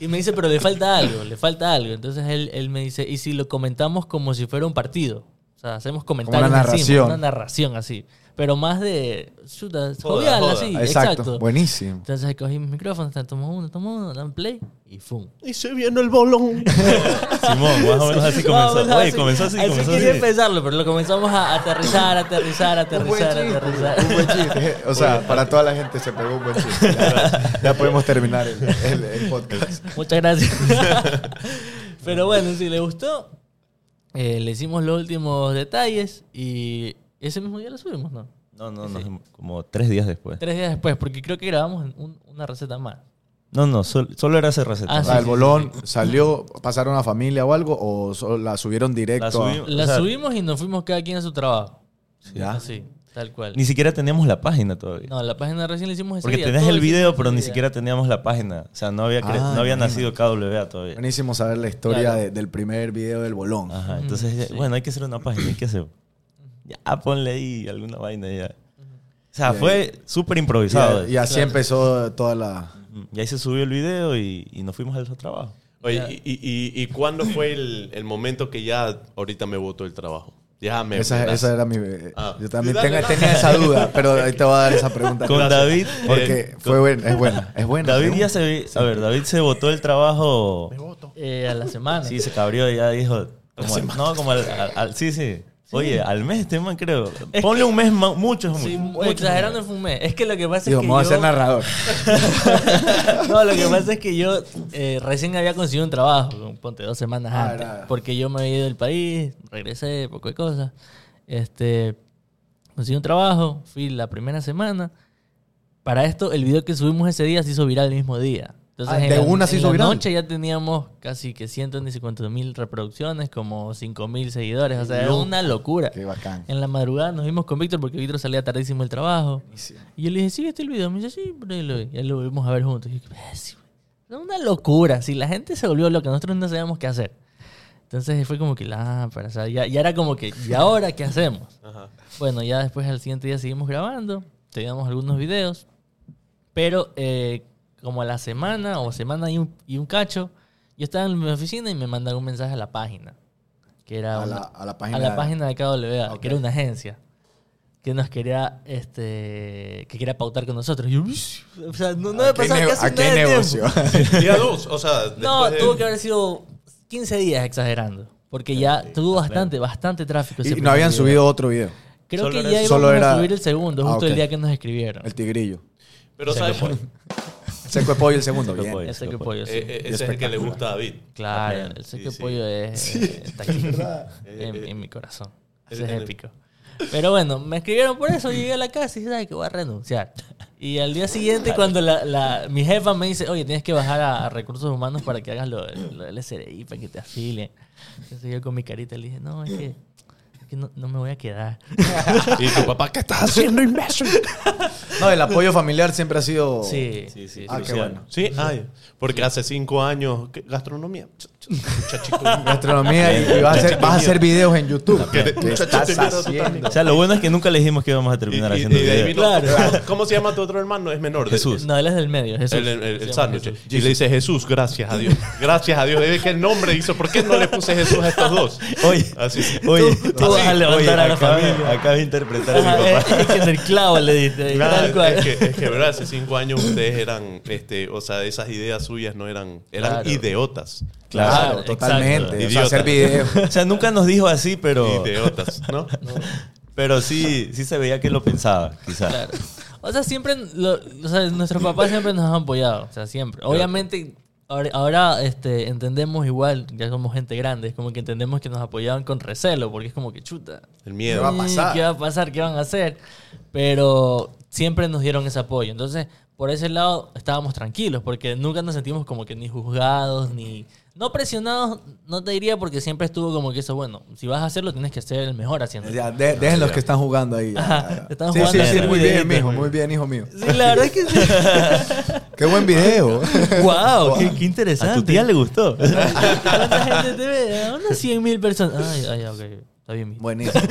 Speaker 3: Y me dice, pero le falta algo, le falta algo. Entonces él, él me dice, ¿y si lo comentamos como si fuera un partido? O sea, hacemos comentarios
Speaker 1: una
Speaker 3: encima,
Speaker 1: narración.
Speaker 3: una narración así. Pero más de chuta,
Speaker 2: Joda,
Speaker 3: jovial,
Speaker 2: joda.
Speaker 3: así, exacto.
Speaker 1: Exacto. Buenísimo.
Speaker 3: Entonces ahí cogí mi micrófono, tan, tomo uno, tomo uno, dan play y fum.
Speaker 2: Y se viene el bolón.
Speaker 4: Simón, más o
Speaker 3: *laughs*
Speaker 4: menos así
Speaker 3: Más o menos
Speaker 4: comenzó. Oye,
Speaker 3: así.
Speaker 4: comenzó así,
Speaker 3: Así
Speaker 4: comenzó
Speaker 3: quise
Speaker 4: así.
Speaker 3: empezarlo, pero lo comenzamos
Speaker 1: *laughs*
Speaker 3: a aterrizar, aterrizar, aterrizar, aterrizar.
Speaker 1: Un buen chiste. O sea, para toda la gente se pegó un buen chiste. Ya, ya podemos terminar el, el- el podcast.
Speaker 3: Muchas gracias.
Speaker 4: *laughs*
Speaker 3: Pero bueno, si le gustó, eh, le hicimos los últimos detalles y ese mismo día lo subimos, ¿no?
Speaker 4: No, no, no, como tres días después.
Speaker 3: Tres días después, porque creo que grabamos un- una receta más.
Speaker 4: No, no, sol- solo era ese receta.
Speaker 3: Ah,
Speaker 1: O
Speaker 3: sí,
Speaker 1: sea, el
Speaker 3: sí,
Speaker 1: bolón salió, pasaron a familia o algo, o so- la subieron directo.
Speaker 4: La
Speaker 1: a-
Speaker 4: subimos.
Speaker 3: La
Speaker 4: O sea,
Speaker 3: subimos y nos fuimos cada quien a su trabajo.
Speaker 1: Ya.
Speaker 3: Así, tal cual.
Speaker 4: Ni siquiera teníamos la página todavía.
Speaker 3: No, la página recién la hicimos ese
Speaker 4: Porque
Speaker 3: día,
Speaker 4: tenés
Speaker 3: todo
Speaker 4: el
Speaker 3: lo hicimos
Speaker 4: video,
Speaker 3: ese
Speaker 4: pero ni
Speaker 3: día.
Speaker 4: siquiera teníamos la página. O sea, no había, cre-
Speaker 1: Ah,
Speaker 4: no había
Speaker 1: imagínate.
Speaker 4: nacido KWA todavía.
Speaker 1: Buenísimo saber la historia
Speaker 3: Claro.
Speaker 1: de- del primer video del bolón.
Speaker 4: Ajá, entonces, bueno, hay que hacer una página, hay que hacer. Ya, ponle ahí alguna vaina y ya. O sea, fue
Speaker 1: Y,
Speaker 4: súper
Speaker 1: a-
Speaker 4: improvisado.
Speaker 1: y así empezó toda la.
Speaker 4: Ujú. Y ahí se subió el video y, y nos fuimos al otro trabajo.
Speaker 2: Oye, y, y, y- y cuándo fue el, el momento que ya ahorita me votó el trabajo? Ya me
Speaker 1: Esa,
Speaker 2: botaste.
Speaker 1: esa era mi.
Speaker 2: Ah.
Speaker 1: Yo también
Speaker 2: Dale,
Speaker 1: tenga-
Speaker 2: dale.
Speaker 1: tenía esa duda, pero ahí te voy a dar esa pregunta.
Speaker 4: Con David. eh,
Speaker 1: Porque fue buena, es buena, es buena. es
Speaker 4: David
Speaker 1: buena.
Speaker 4: ya se... vi- A ver, David se votó el trabajo...
Speaker 3: Eh, a la semana.
Speaker 4: Sí, se cabrió y ya dijo. como al- no, como al, al- al- Sí, sí. Oye, al mes este man creo. Ponle un mes ma- mucho es mucho.
Speaker 3: Sí,
Speaker 4: Mucho es
Speaker 3: exagerando fue un mes. Es que lo que pasa
Speaker 1: Digo,
Speaker 3: es que.
Speaker 1: me voy a
Speaker 3: yo-
Speaker 1: ser narrador.
Speaker 3: no, lo que pasa es que yo eh, recién había conseguido un trabajo, con- ponte dos semanas
Speaker 1: Ah,
Speaker 3: antes,
Speaker 1: era.
Speaker 3: porque yo me había ido del país, regresé, poco de cosas. Este, conseguí un trabajo, fui la primera semana. Para esto, el video que subimos ese día se hizo viral el mismo día. Entonces,
Speaker 1: Ah,
Speaker 3: en
Speaker 1: de
Speaker 3: la-
Speaker 1: una se
Speaker 3: en
Speaker 1: hizo
Speaker 3: la
Speaker 1: viral.
Speaker 3: noche ya teníamos casi que 150 mil reproducciones, como 5 mil seguidores. O sea, era
Speaker 1: Loco.
Speaker 3: una locura.
Speaker 1: Qué bacán.
Speaker 3: En la madrugada nos vimos con Víctor porque Víctor salía tardísimo del trabajo. Y yo le dije, sí, este el video. Me dice, sí, pero ahí lo vi. Ya lo volvimos a ver juntos. Y yo, "Qué imbécil, güey". Es una locura. Si la gente se volvió loca, nosotros no sabíamos qué hacer. Entonces fue como que la o sea, ya, ya era como que, ¿y ahora qué hacemos?
Speaker 2: Ajá.
Speaker 3: Bueno, ya después al siguiente día seguimos grabando, teníamos algunos videos, pero eh, como a la semana o semana y un, y un cacho, yo estaba en mi oficina y me mandaron un mensaje a la página. Que era
Speaker 1: A la-
Speaker 3: una-
Speaker 1: a la página
Speaker 3: a la
Speaker 1: de-
Speaker 3: página de KWA,
Speaker 1: Ok.
Speaker 3: que era una agencia. Que nos quería, este, que quería pautar con nosotros. Y yo, "Ush", o sea, no, no me
Speaker 1: ¿A qué
Speaker 3: pasaba
Speaker 1: nego-
Speaker 3: casi
Speaker 1: ¿A qué
Speaker 3: nada de tiempo.
Speaker 1: negocio?
Speaker 2: Día dos, o sea,
Speaker 3: No,
Speaker 2: después de-
Speaker 3: tuvo que haber sido 15 días exagerando. Porque ya tuvo bastante, bastante
Speaker 4: pues,
Speaker 3: tráfico.
Speaker 1: y
Speaker 3: ese
Speaker 1: no
Speaker 3: primer
Speaker 1: habían
Speaker 3: video.
Speaker 1: subido otro video.
Speaker 3: Creo
Speaker 2: Solo
Speaker 3: que
Speaker 2: era-
Speaker 3: ya
Speaker 1: solo
Speaker 3: íbamos a
Speaker 1: era-
Speaker 3: subir el segundo,
Speaker 1: Ah,
Speaker 3: justo el
Speaker 1: ok.
Speaker 3: día que nos escribieron.
Speaker 1: El tigrillo.
Speaker 2: Pero sabes,
Speaker 4: Seco pollo.
Speaker 1: Seco de pollo el segundo.
Speaker 4: Seco
Speaker 1: bien.
Speaker 4: pollo.
Speaker 3: Ese que
Speaker 4: Seco
Speaker 3: pollo, sí.
Speaker 2: eh, eh, ese es el que le gusta a David.
Speaker 3: Claro,
Speaker 4: También,
Speaker 3: el sé
Speaker 2: sí,
Speaker 3: que
Speaker 2: sí.
Speaker 3: pollo es, eh, está aquí, en,
Speaker 2: Eh,
Speaker 3: en mi corazón.
Speaker 2: eh,
Speaker 3: Ese es
Speaker 2: eh,
Speaker 3: épico. Pero bueno, me escribieron por eso, llegué a la casa y dije, ay, que voy a renunciar. Y al día siguiente, cuando la, la- mi jefa me dice, oye, tienes que bajar a, a recursos humanos para que hagas lo, lo del SRI, para que te afilen. Entonces yo con mi carita le dije, no, es que, es que no, no me voy a quedar.
Speaker 2: Y tu papá, ¿qué estás haciendo, imbécil?
Speaker 1: No, el apoyo familiar siempre ha sido.
Speaker 3: Sí,
Speaker 4: Sí, sí,
Speaker 1: Ah, qué
Speaker 4: crucial.
Speaker 1: bueno.
Speaker 2: Sí, ay, porque hace cinco años, ¿qué? gastronomía. Ch- ch- Chachito,
Speaker 1: *laughs* Gastronomía y, y vas, a hacer, vas a hacer videos en YouTube.
Speaker 2: Que-
Speaker 1: ¿Qué estás haciendo?
Speaker 4: O sea, lo bueno es que nunca le dijimos que íbamos a terminar
Speaker 2: Y- y-
Speaker 4: haciendo
Speaker 2: y de ahí
Speaker 4: video.
Speaker 2: vino-
Speaker 3: Claro.
Speaker 2: ¿Cómo se llama tu otro hermano? Es menor. de-
Speaker 4: Jesús.
Speaker 3: No, él es del medio, Jesús.
Speaker 2: El, el- el
Speaker 3: Se llama
Speaker 2: sándwich.
Speaker 3: Jesús.
Speaker 2: Y le dice Jesús, gracias a Dios. Gracias a Dios. Es que el nombre hizo. ¿Por qué no le puse Jesús a estos dos?
Speaker 4: Oye,
Speaker 2: Así.
Speaker 4: oye,
Speaker 3: Tú- tú vas a
Speaker 4: oye,
Speaker 3: levantar a la
Speaker 4: acaba-
Speaker 3: familia.
Speaker 4: Acaba de interpretar a mi
Speaker 3: Ajá, eh,
Speaker 4: papá.
Speaker 3: es, es que en el clavo le diste.
Speaker 2: Claro,
Speaker 3: tal cual.
Speaker 2: es, que, es que, verdad, hace cinco años ustedes eran, este, o sea, esas ideas suyas no eran, eran
Speaker 3: Claro.
Speaker 2: ideotas.
Speaker 1: Claro,
Speaker 3: Claro,
Speaker 1: totalmente.
Speaker 2: exacto.
Speaker 1: O sea, hacer
Speaker 3: *laughs*
Speaker 1: videos.
Speaker 4: O sea, nunca nos dijo así, pero,
Speaker 2: Ideotas, ¿no?
Speaker 4: pero sí, sí se veía que lo pensaba, quizás.
Speaker 3: Claro. O sea, siempre, lo- o sea, nuestros papás siempre nos han apoyado. O sea, siempre. Obviamente, ahora, ahora, este, entendemos igual, ya somos gente grande, es como que entendemos que nos apoyaban con recelo, porque es como que chuta.
Speaker 2: El
Speaker 1: ¿Qué va
Speaker 2: miedo.
Speaker 1: a pasar?
Speaker 3: ¿Qué va a pasar? ¿Qué van a hacer? Pero siempre nos dieron ese apoyo. Entonces, por ese lado estábamos tranquilos, porque nunca nos sentimos como que ni juzgados, ni... No presionados, no te diría, porque siempre estuvo como que eso, bueno, si vas a hacerlo, tienes que ser el mejor haciendo.
Speaker 1: Ya, de- dejen los que están jugando ahí. ya,
Speaker 3: Ajá,
Speaker 1: ya.
Speaker 3: están
Speaker 1: sí,
Speaker 3: jugando
Speaker 1: sí, sí,
Speaker 4: en
Speaker 1: muy
Speaker 3: el
Speaker 1: bien,
Speaker 3: videíto,
Speaker 1: mijo,
Speaker 3: güey.
Speaker 1: muy bien, hijo mío.
Speaker 3: Sí, la verdad es
Speaker 1: *laughs*
Speaker 3: que sí.
Speaker 1: Qué buen
Speaker 3: *laughs*
Speaker 1: video.
Speaker 3: ¡Wow! Qué, qué
Speaker 4: A
Speaker 3: interesante.
Speaker 4: tu tía le gustó.
Speaker 3: ¿Cuánta gente te ve? A Unas 100 mil personas. Ay, ay, ok. Está bien. mijo.
Speaker 1: Buenísimo.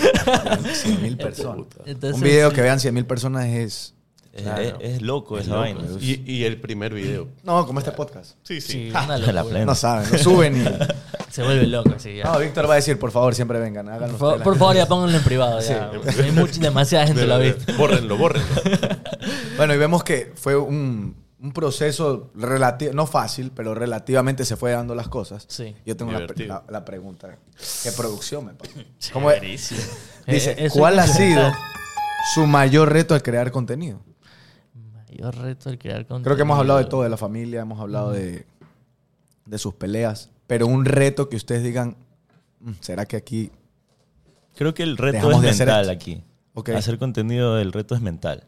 Speaker 1: 100 mil personas.
Speaker 3: Entonces,
Speaker 1: Un video
Speaker 3: sí.
Speaker 1: que vean 100 mil personas es.
Speaker 4: Es, es- es loco esa vaina.
Speaker 2: Y, y el primer video.
Speaker 1: No, como este podcast.
Speaker 2: Sí,
Speaker 1: *laughs*
Speaker 3: Sí,
Speaker 2: sí.
Speaker 3: una
Speaker 4: La
Speaker 3: locura.
Speaker 4: plena.
Speaker 1: No saben, no suben ni.
Speaker 3: *laughs* Se vuelve loco, sí. Ya.
Speaker 1: No, Víctor va a decir, por favor, siempre vengan. Háganlo.
Speaker 3: Por, favor- por favor, ya pónganlo en privado. Ya.
Speaker 2: Sí.
Speaker 3: Hay mucha, demasiada gente lo ha visto.
Speaker 2: Bórrenlo, bórrenlo.
Speaker 1: Bueno, y vemos que fue un, un proceso relativo, no fácil, pero relativamente se fue dando las cosas.
Speaker 3: Sí.
Speaker 1: Yo tengo la, pre-
Speaker 2: Divertido.
Speaker 1: la- la pregunta. ¿Qué producción me pasa? ¿Cómo es?
Speaker 3: Eh,
Speaker 1: *laughs* Dice,
Speaker 3: eso
Speaker 1: ¿cuál ha
Speaker 3: es-
Speaker 1: sido su mayor reto al crear contenido?
Speaker 3: Mayor reto al crear contenido.
Speaker 1: Creo que hemos hablado de todo, de la familia, hemos hablado de, de sus peleas, pero un reto que ustedes digan, "Mm, ¿será que aquí?
Speaker 4: Creo que el reto
Speaker 1: Dejamos de
Speaker 4: es
Speaker 1: hacer
Speaker 4: mental
Speaker 1: esto.
Speaker 4: aquí.
Speaker 1: Ok.
Speaker 4: Hacer contenido, el reto es mental.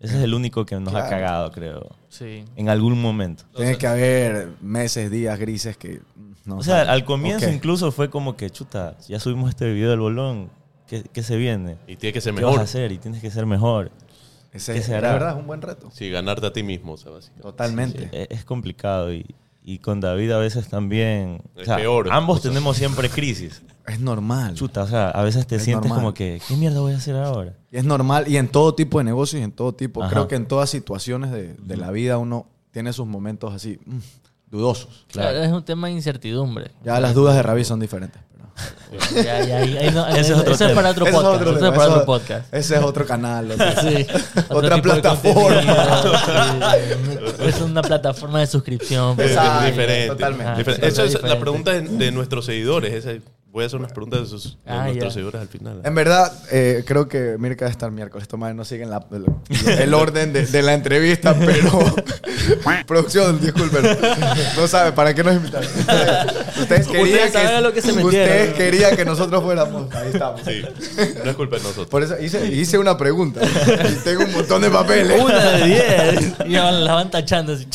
Speaker 4: Ese es el único que nos ha
Speaker 1: Claro.
Speaker 4: cagado, creo.
Speaker 3: Sí.
Speaker 4: En algún momento.
Speaker 1: Tiene que haber meses, días grises que mm, no
Speaker 4: O sea,
Speaker 1: saben.
Speaker 4: al comienzo
Speaker 1: Ok.
Speaker 4: incluso fue como que, chuta, ya subimos este video del bolón, ¿qué, qué se viene?
Speaker 2: Y tiene que ser
Speaker 4: ¿Qué vas a
Speaker 2: mejor.
Speaker 4: hacer? Y tienes que ser mejor.
Speaker 1: Ese,
Speaker 4: ¿qué
Speaker 1: es-
Speaker 4: será?
Speaker 1: La verdad es un buen reto.
Speaker 2: Sí, ganarte a ti mismo, o sea, básicamente.
Speaker 1: Totalmente.
Speaker 4: Sí, E, es, es complicado y, y con David a veces también...
Speaker 2: Es peor.
Speaker 4: Ambos
Speaker 2: O sea.
Speaker 4: tenemos siempre crisis.
Speaker 1: *laughs* Es normal.
Speaker 4: Chuta, o sea, a veces te
Speaker 1: Es
Speaker 4: sientes
Speaker 1: normal.
Speaker 4: como que, ¿qué mierda voy a hacer ahora?
Speaker 1: Y Es normal, y en todo tipo de negocios, y en todo tipo,
Speaker 4: Ajá.
Speaker 1: creo que en todas situaciones de, de la vida uno tiene sus momentos así, mm, dudosos.
Speaker 3: Claro, es un tema de incertidumbre.
Speaker 1: Ya las dudas de Ravi son diferentes. pero-
Speaker 3: Ya, ya, ahí-
Speaker 1: *laughs*
Speaker 3: ahí no-
Speaker 4: Ese es
Speaker 3: eso-
Speaker 4: otro
Speaker 3: eso es
Speaker 4: tema.
Speaker 3: para otro
Speaker 1: Ese es
Speaker 3: podcast.
Speaker 1: otro
Speaker 3: eso
Speaker 1: tema,
Speaker 3: es para
Speaker 1: eso-
Speaker 3: otro
Speaker 1: *laughs*
Speaker 3: podcast.
Speaker 1: Ese es otro canal. otro-
Speaker 3: *laughs* Sí, otro
Speaker 1: Otra
Speaker 3: tipo de
Speaker 1: plataforma.
Speaker 3: contenido, sí. Es una plataforma de suscripción. pues.
Speaker 2: Es
Speaker 1: Exacto,
Speaker 2: diferente.
Speaker 1: totalmente.
Speaker 2: Diferente.
Speaker 3: Ah,
Speaker 2: Eso es
Speaker 3: totalmente.
Speaker 2: la pregunta de, de nuestros seguidores. esa- voy a hacer unas preguntas de, sus, de
Speaker 3: Ah,
Speaker 2: nuestros
Speaker 3: ya.
Speaker 2: seguidores al final.
Speaker 1: En verdad, eh, creo que Mirka debe estar miércoles. Esta madre no sigue en la- el, el orden de, de la entrevista, *laughs* pero. producción, disculpen. No sabe, ¿para qué nos
Speaker 3: *laughs*
Speaker 1: invitaron? Ustedes querían
Speaker 3: Ustedes saben a
Speaker 1: que,
Speaker 3: lo que se metieron.
Speaker 1: ustedes querían que nosotros fuéramos. Ahí estamos.
Speaker 2: Sí, no es culpa de nosotros.
Speaker 1: Por eso hice, hice una pregunta. Y tengo un montón de papeles.
Speaker 3: Una de diez. Y ahora la van tachando. así.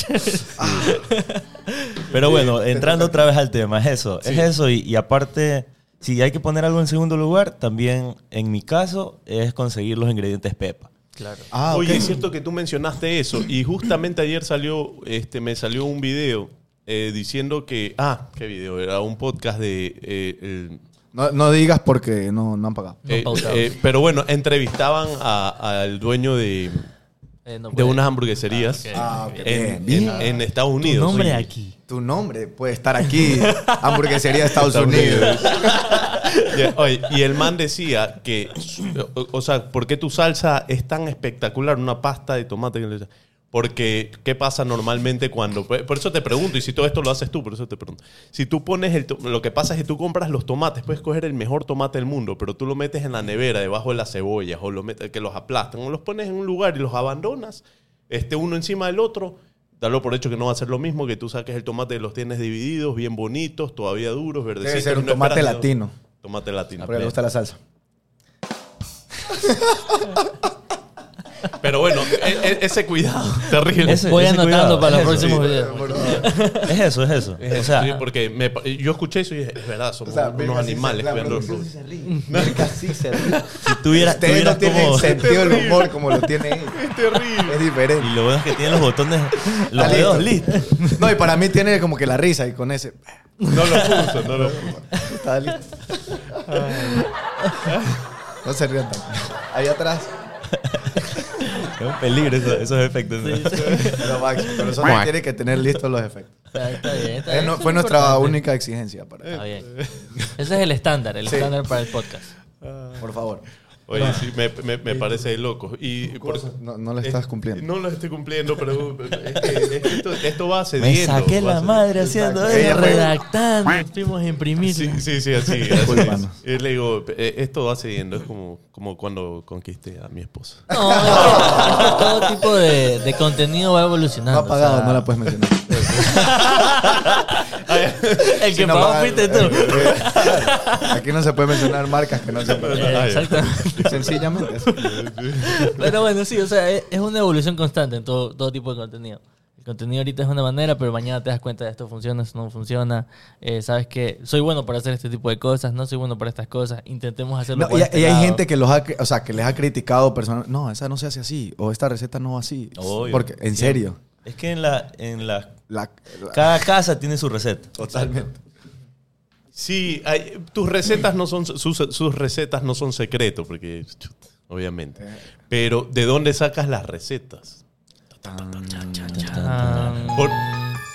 Speaker 4: Pero bueno, entrando otra vez al tema, es eso, es eso. Y, y aparte, si hay que poner algo en segundo lugar, también en mi caso es conseguir los ingredientes Pepa.
Speaker 3: Claro.
Speaker 1: Ah, ok.
Speaker 2: Oye, es cierto que tú mencionaste eso y justamente ayer salió, este, me salió un video eh, diciendo que, ah, qué video, era un podcast de, eh, el-
Speaker 1: No, no digas porque no, no han pagado.
Speaker 3: No
Speaker 2: eh,
Speaker 3: pautado.
Speaker 2: eh, pero bueno, entrevistaban a- al dueño de,
Speaker 3: Eh, no
Speaker 2: de
Speaker 3: puede.
Speaker 2: unas hamburgueserías
Speaker 3: Ah,
Speaker 1: Ah,
Speaker 3: ok.
Speaker 1: ok,
Speaker 2: en,
Speaker 1: bien,
Speaker 2: en-
Speaker 1: bien.
Speaker 2: en Estados
Speaker 4: Tu
Speaker 2: Unidos.
Speaker 4: nombre
Speaker 2: Oye,
Speaker 4: aquí.
Speaker 1: Tu nombre puede estar aquí. Hamburguesería de Estados
Speaker 2: Estados
Speaker 1: Unidos.
Speaker 2: *laughs* Ya, oye, y el man decía que, o, o sea, ¿por qué tu salsa es tan espectacular? Una pasta de tomate. que le decía. Porque, ¿qué pasa normalmente cuando? pues, Por por eso te pregunto, y si todo esto lo haces tú, por eso te pregunto. Si tú pones el. to- Lo que pasa es que tú compras los tomates, puedes coger el mejor tomate del mundo, pero tú lo metes en la nevera, debajo de las cebollas, o lo metes, que los aplastan, o los pones en un lugar y los abandonas, este uno encima del otro. Dalo por hecho que no va a ser lo mismo que tú saques el tomate y los tienes divididos, bien bonitos, todavía duros, verdecitos.
Speaker 1: Debe ser un
Speaker 2: no esperas
Speaker 1: tomate
Speaker 2: ni-
Speaker 1: latino.
Speaker 2: Tomate latino.
Speaker 1: Porque le gusta la salsa.
Speaker 2: Pero bueno, e- e- ese cuidado terrible.
Speaker 4: Ese-
Speaker 3: Voy
Speaker 4: ese
Speaker 3: anotando
Speaker 4: cuidado,
Speaker 3: para los
Speaker 4: ese
Speaker 3: próximos
Speaker 2: sí.
Speaker 3: videos.
Speaker 4: Es eso, es eso.
Speaker 2: Es-
Speaker 4: O sea,
Speaker 2: sí, porque me pa- yo escuché eso y dije, es verdad, somos unos animales cuidando los
Speaker 1: Ustedes
Speaker 2: rubros.
Speaker 1: Casi se ríe.
Speaker 4: si tuvieras,
Speaker 1: Ustedes no
Speaker 4: tuvieras
Speaker 1: tienen
Speaker 4: como...
Speaker 1: sentido del humor como lo tienen él.
Speaker 2: Es terrible.
Speaker 1: Es diferente.
Speaker 4: Y lo bueno es que tiene los botones, los
Speaker 1: Está
Speaker 4: dedos
Speaker 1: listo.
Speaker 4: listos.
Speaker 1: No, y para mí tiene como que la risa y con ese.
Speaker 2: No lo puso, no
Speaker 4: *laughs*
Speaker 2: lo puso.
Speaker 1: Está listo. No se rían tanto. Ahí atrás.
Speaker 4: Es un peligro eso- esos efectos. ¿no?
Speaker 1: Lo máximo. Pero eso no tiene que tener listos los efectos.
Speaker 3: Está, está bien, está
Speaker 1: Eh,
Speaker 3: bien,
Speaker 1: no-
Speaker 3: eso es
Speaker 1: fue nuestra
Speaker 3: importante.
Speaker 1: única exigencia. Para,
Speaker 3: Está bien. Eh, *laughs* Ese es el estándar, el
Speaker 1: Sí.
Speaker 3: estándar para el podcast.
Speaker 1: por favor.
Speaker 2: Oye,
Speaker 4: Ah.
Speaker 2: sí, me, me- me parece de loco. Y por-
Speaker 1: Cosas- no, no lo estás
Speaker 2: eh,
Speaker 1: cumpliendo.
Speaker 2: No lo estoy cumpliendo, pero es que- es que esto, esto va
Speaker 4: Me
Speaker 2: cediendo.
Speaker 4: saqué
Speaker 2: va
Speaker 4: la
Speaker 2: cediendo.
Speaker 4: madre haciendo
Speaker 1: Exacto. Ella
Speaker 4: eso.
Speaker 1: fue-
Speaker 3: redactando,
Speaker 1: *laughs*
Speaker 3: fuimos a imprimir.
Speaker 2: Sí, sí, sí, así. así
Speaker 1: Disculpa,
Speaker 2: es.
Speaker 1: no.
Speaker 2: Y le digo, eh, esto va cediendo. Es como, como cuando conquisté a mi esposa.
Speaker 4: *laughs*
Speaker 1: *laughs*
Speaker 3: No, no, todo tipo de, de contenido va
Speaker 1: No
Speaker 3: evolucionando.
Speaker 1: ha pagado,
Speaker 3: o sea,
Speaker 1: no la puedes mencionar.
Speaker 3: El que
Speaker 1: Sí, no
Speaker 3: pagó
Speaker 1: paga- eh,
Speaker 3: fuiste tú.
Speaker 1: Aquí no se puede mencionar marcas que no se *laughs*
Speaker 3: *laughs*
Speaker 1: pueden.
Speaker 3: Eh, Exactamente.
Speaker 1: Sencillamente. eso.
Speaker 3: Pero bueno, sí, o sea, es es una evolución constante en todo, todo tipo de contenido. El contenido ahorita es una manera, pero mañana te das cuenta de esto funciona, esto no funciona. Eh, sabes que soy bueno para hacer este tipo de cosas, no soy bueno para estas cosas. Intentemos hacerlo.
Speaker 1: No,
Speaker 3: por
Speaker 1: y,
Speaker 3: este
Speaker 1: y hay
Speaker 3: lado.
Speaker 1: gente que los ha, cri- o sea, que les ha criticado personalmente. No, esa no se hace así. O esta receta no va así.
Speaker 4: Obvio.
Speaker 1: Porque, en serio.
Speaker 4: Es que en la, en la,
Speaker 1: La, la-
Speaker 4: cada casa tiene su receta.
Speaker 1: totalmente.
Speaker 2: Sí, hay- tus recetas no son sus, sus recetas no son secreto porque chut, obviamente. Pero ¿de dónde sacas las recetas?
Speaker 3: Ah,
Speaker 2: Por-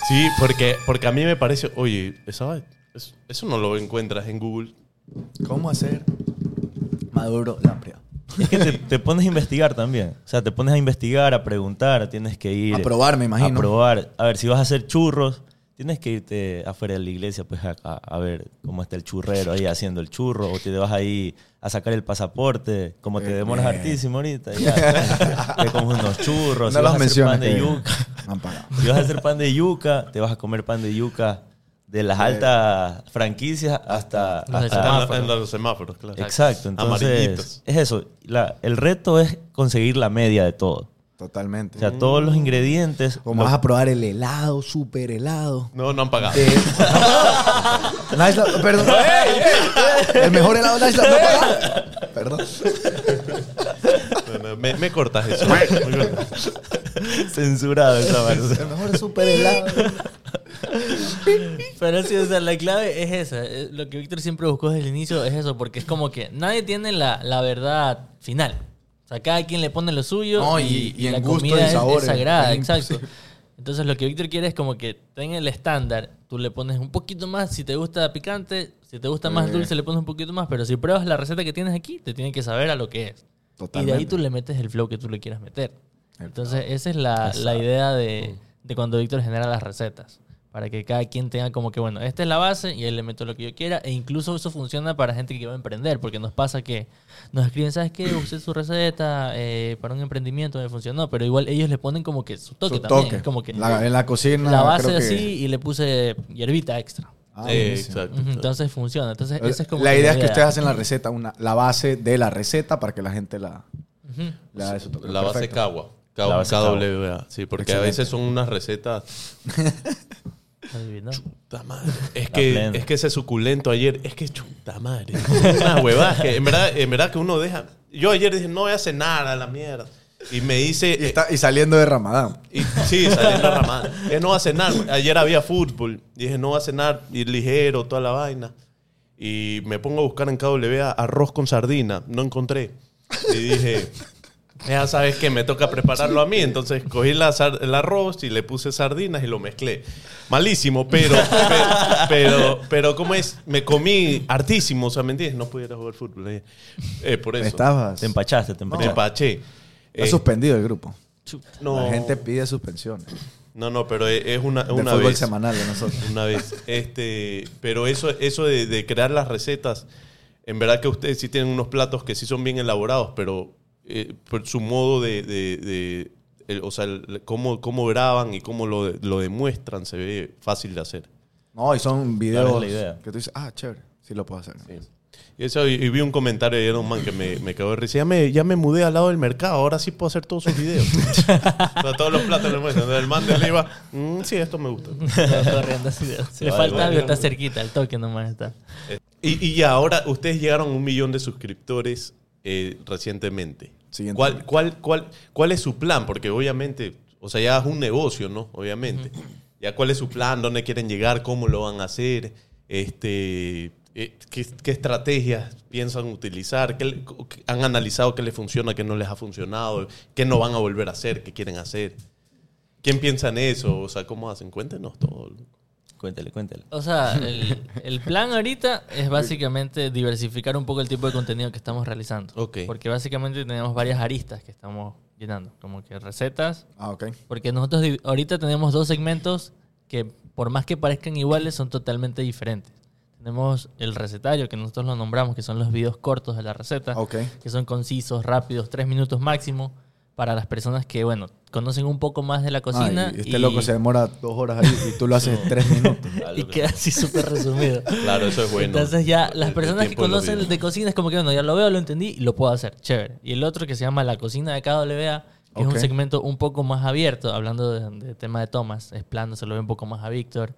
Speaker 2: sí, porque porque a mí me parece, oye, esa- es- eso no lo encuentras en Google.
Speaker 1: ¿Cómo hacer maduro lámprea?
Speaker 4: Es que te, te pones a investigar también. O sea, te pones a investigar, a preguntar, tienes que ir.
Speaker 1: A probar, me imagino.
Speaker 4: A probar. A ver, si vas a hacer churros, tienes que irte afuera de la iglesia, pues a, a- a ver cómo está el churrero ahí haciendo el churro, o te vas ahí a sacar el pasaporte, como te
Speaker 1: Eh,
Speaker 4: demoras
Speaker 1: eh.
Speaker 4: hartísimo ahorita. Ya. *laughs* te comes unos churros,
Speaker 1: no los
Speaker 4: si vas a hacer
Speaker 1: menciones.
Speaker 4: pan de
Speaker 1: que
Speaker 4: yuca.
Speaker 1: *laughs* me han pagado.
Speaker 4: Si vas a hacer pan de yuca, te vas a comer pan de yuca de las altas franquicias hasta,
Speaker 3: Los de
Speaker 4: hasta-
Speaker 2: Ah,
Speaker 3: semáforo.
Speaker 2: en la- los semáforos, claro.
Speaker 4: Exacto, entonces
Speaker 2: Amarillitos.
Speaker 4: es eso. La- el reto es conseguir la media de todo.
Speaker 1: Totalmente.
Speaker 4: O sea, todos los ingredientes.
Speaker 1: Mm. Como
Speaker 4: lo-
Speaker 1: vas a probar el helado, super helado.
Speaker 2: No, no han pagado.
Speaker 1: *laughs* de- Nice Lab- perdón.
Speaker 2: eh,
Speaker 1: El mejor helado Nice Lab, no pagado. Perdón.
Speaker 2: *laughs* No, no, me, me cortas eso. Me cortas.
Speaker 4: *laughs* censurado esa vaina. O sea,
Speaker 1: *laughs* El mejor super helado.
Speaker 3: Pero sí, o sea, la clave es esa. Eh, Lo que Víctor siempre buscó desde el inicio es eso, porque es como que nadie tiene la, la verdad final. O sea, cada quien le pone lo suyo
Speaker 1: No,
Speaker 3: y,
Speaker 1: y- y
Speaker 3: y
Speaker 1: en
Speaker 3: la
Speaker 1: gusto,
Speaker 3: comida
Speaker 1: en
Speaker 3: es-
Speaker 1: sabores,
Speaker 3: es, sagrada,
Speaker 1: es
Speaker 3: exacto. Entonces lo que Víctor quiere es como que tenga el estándar, tú le pones un poquito más, si te gusta picante, si te gusta
Speaker 1: Eh.
Speaker 3: más dulce le pones un poquito más, pero si pruebas la receta que tienes aquí, te tiene que saber a lo que es. Y de ahí
Speaker 1: Totalmente.
Speaker 3: tú le metes el flow que tú le quieras meter. Entonces, esa es la, la idea de,
Speaker 1: Mm.
Speaker 3: de cuando Víctor genera las recetas. Para que cada quien tenga como que, bueno, esta es la base y ahí le meto lo que yo quiera. E incluso eso funciona para gente que va a emprender, porque nos pasa que nos escriben, ¿sabes qué? Usé su receta eh, para un emprendimiento, me funcionó. Pero igual ellos le ponen como que su toque
Speaker 1: Su
Speaker 3: también.
Speaker 1: toque.
Speaker 3: Es como que
Speaker 1: La- en la cocina.
Speaker 3: la base
Speaker 1: creo que-
Speaker 3: así y le puse hierbita extra.
Speaker 1: Ah,
Speaker 2: Eh,
Speaker 1: buenísimo.
Speaker 2: exacto.
Speaker 3: Ujú, Entonces funciona. Entonces, esa es como
Speaker 1: Eh, la idea es que ustedes hacen la receta, una, la base de la receta para que la gente la,
Speaker 3: Ujú.
Speaker 1: le haga su toque.
Speaker 2: La base
Speaker 1: Perfecto.
Speaker 2: Kawa. Kawa,
Speaker 4: La base
Speaker 2: KWA. Sí, porque
Speaker 1: Excelente.
Speaker 2: a veces son unas recetas
Speaker 3: Adivinó.
Speaker 2: Puta madre. Es
Speaker 4: La
Speaker 2: que,
Speaker 4: plena.
Speaker 2: es que ese suculento ayer, es que chuta madre. Una huevada. que en, verdad, en verdad que uno deja. Yo ayer dije, no voy a cenar a la mierda. Y me dice.
Speaker 1: Y, está- y saliendo de Ramadán.
Speaker 2: eh, y- sí, salí en la ramada. Dije, no voy a cenar. Ayer había fútbol. Y dije, no voy a cenar. Ir ligero, toda la vaina. Y me pongo a buscar en KWA arroz con sardina. No encontré. Y dije, Ya sabes que me toca prepararlo a mí, entonces cogí la sar- el arroz y le puse sardinas y lo mezclé. Malísimo, pero, pero, pero, pero ¿cómo es? Me comí hartísimo, o sea, ¿me entiendes? No pudiera jugar fútbol. eh. Eh, por eso.
Speaker 1: Estabas.
Speaker 4: Te empachaste, te
Speaker 2: Me
Speaker 4: empachaste.
Speaker 2: empaché.
Speaker 1: Está
Speaker 2: Eh,
Speaker 1: suspendido el grupo.
Speaker 2: no,
Speaker 1: La gente pide suspensiones.
Speaker 2: no, no, pero e, es es una,
Speaker 1: De
Speaker 2: una
Speaker 1: fútbol
Speaker 2: vez.
Speaker 1: semanal de nosotros.
Speaker 2: Una vez.
Speaker 1: *laughs*
Speaker 2: Este, pero eso, eso de, de crear las recetas, en verdad que ustedes sí tienen unos platos que sí son bien elaborados, pero eh, por su modo de, de- de- el- o sea, el- cómo, cómo graban y cómo lo, lo demuestran se ve fácil de hacer.
Speaker 1: No, y son videos
Speaker 4: la idea.
Speaker 1: que tú dices, ah, chévere, sí lo puedo hacer.
Speaker 2: Y, eso, y, y vi un comentario de Iron Man que me, me quedó de risa. Ya me, ya me mudé al lado del mercado, ahora sí puedo hacer todos sus videos. o sea, todos los platos los muestran. El man del IVA, "Mm, sí, esto me gusta.
Speaker 3: Corriendo así de- Le
Speaker 4: va,
Speaker 3: falta
Speaker 4: va.
Speaker 3: algo, está cerquita, el toque nomás está.
Speaker 2: Y, y ya ahora ustedes llegaron a un millón de suscriptores eh, recientemente.
Speaker 1: Siguiente.
Speaker 2: ¿Cuál, cuál, cuál, ¿Cuál es su plan? Porque obviamente, o sea, ya es un negocio, ¿no? Obviamente. Ya cuál es su plan, dónde quieren llegar, cómo lo van a hacer, este, eh, qué, qué estrategias piensan utilizar, ¿Qué le- co- qué- han analizado qué les funciona, qué no les ha funcionado, qué no van a volver a hacer, qué quieren hacer. ¿Quién piensa en eso? O sea, ¿cómo hacen? Cuéntenos todo.
Speaker 4: Cuéntale, cuéntale.
Speaker 3: O sea, el, el plan ahorita es básicamente diversificar un poco el tipo de contenido que estamos realizando.
Speaker 2: Ok.
Speaker 3: Porque básicamente tenemos varias aristas que estamos llenando, como que recetas.
Speaker 1: Ah, ok.
Speaker 3: Porque nosotros di- ahorita tenemos dos segmentos que por más que parezcan iguales son totalmente diferentes. Tenemos el recetario, que nosotros lo nombramos, que son los videos cortos de la receta,
Speaker 1: Ok.
Speaker 3: que son concisos, rápidos, tres minutos máximo, para las personas que, bueno, conocen un poco más de la cocina.
Speaker 1: Ah, y este loco se demora dos horas ahí y tú lo haces en tres minutos.
Speaker 3: *laughs* y queda así súper resumido.
Speaker 2: Claro, eso es bueno.
Speaker 3: Entonces ya las
Speaker 2: El
Speaker 3: personas que
Speaker 2: tiempo de los
Speaker 3: conocen
Speaker 2: videos.
Speaker 3: de cocina es como que, bueno, ya lo veo, lo entendí y lo puedo hacer, chévere. Y el otro que se llama La Cocina de KWA, que es
Speaker 1: Ok.
Speaker 3: un segmento un poco más abierto, hablando de, de tema de tomas, es plano, se lo ve un poco más a Víctor,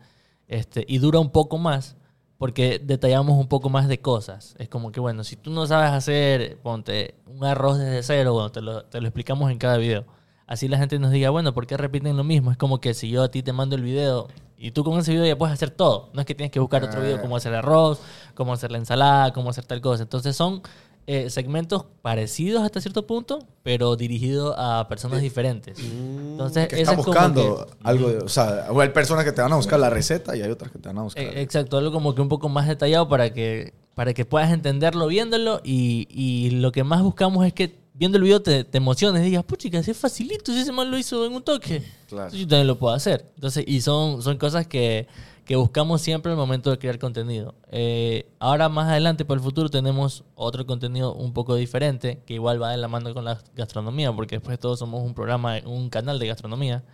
Speaker 3: este, y dura un poco más. Porque detallamos un poco más de cosas. Es como que, bueno, si tú no sabes hacer, ponte un arroz desde cero, bueno, te lo, te lo explicamos en cada video. Así la gente nos diga, bueno, ¿por qué repiten lo mismo? Es como que si yo a ti te mando el video y tú con ese video ya puedes hacer todo. No es que tienes que buscar otro video cómo hacer arroz, cómo hacer la ensalada, cómo hacer tal cosa. Entonces son eh, segmentos parecidos hasta cierto punto, pero dirigidos a personas diferentes. Entonces,
Speaker 1: Mm, Que
Speaker 3: esa
Speaker 1: están
Speaker 3: es como
Speaker 1: buscando
Speaker 3: que-
Speaker 1: algo. de- o sea, hay personas que te van a buscar la receta y hay otras que te van a buscar.
Speaker 3: Eh, Exacto, algo como que un poco más detallado para que, para que puedas entenderlo viéndolo y, y lo que más buscamos es que viendo el video te, te emociones y digas, puchica, si es facilito, si ese man lo hizo en un toque,
Speaker 1: Claro.
Speaker 3: yo también lo puedo hacer. Entonces, y son, son cosas que, que buscamos siempre al momento de crear contenido. Eh, ahora más adelante, para el futuro, tenemos otro contenido un poco diferente que igual va de la mano con la gastronomía, porque después todos somos un programa, un canal de gastronomía.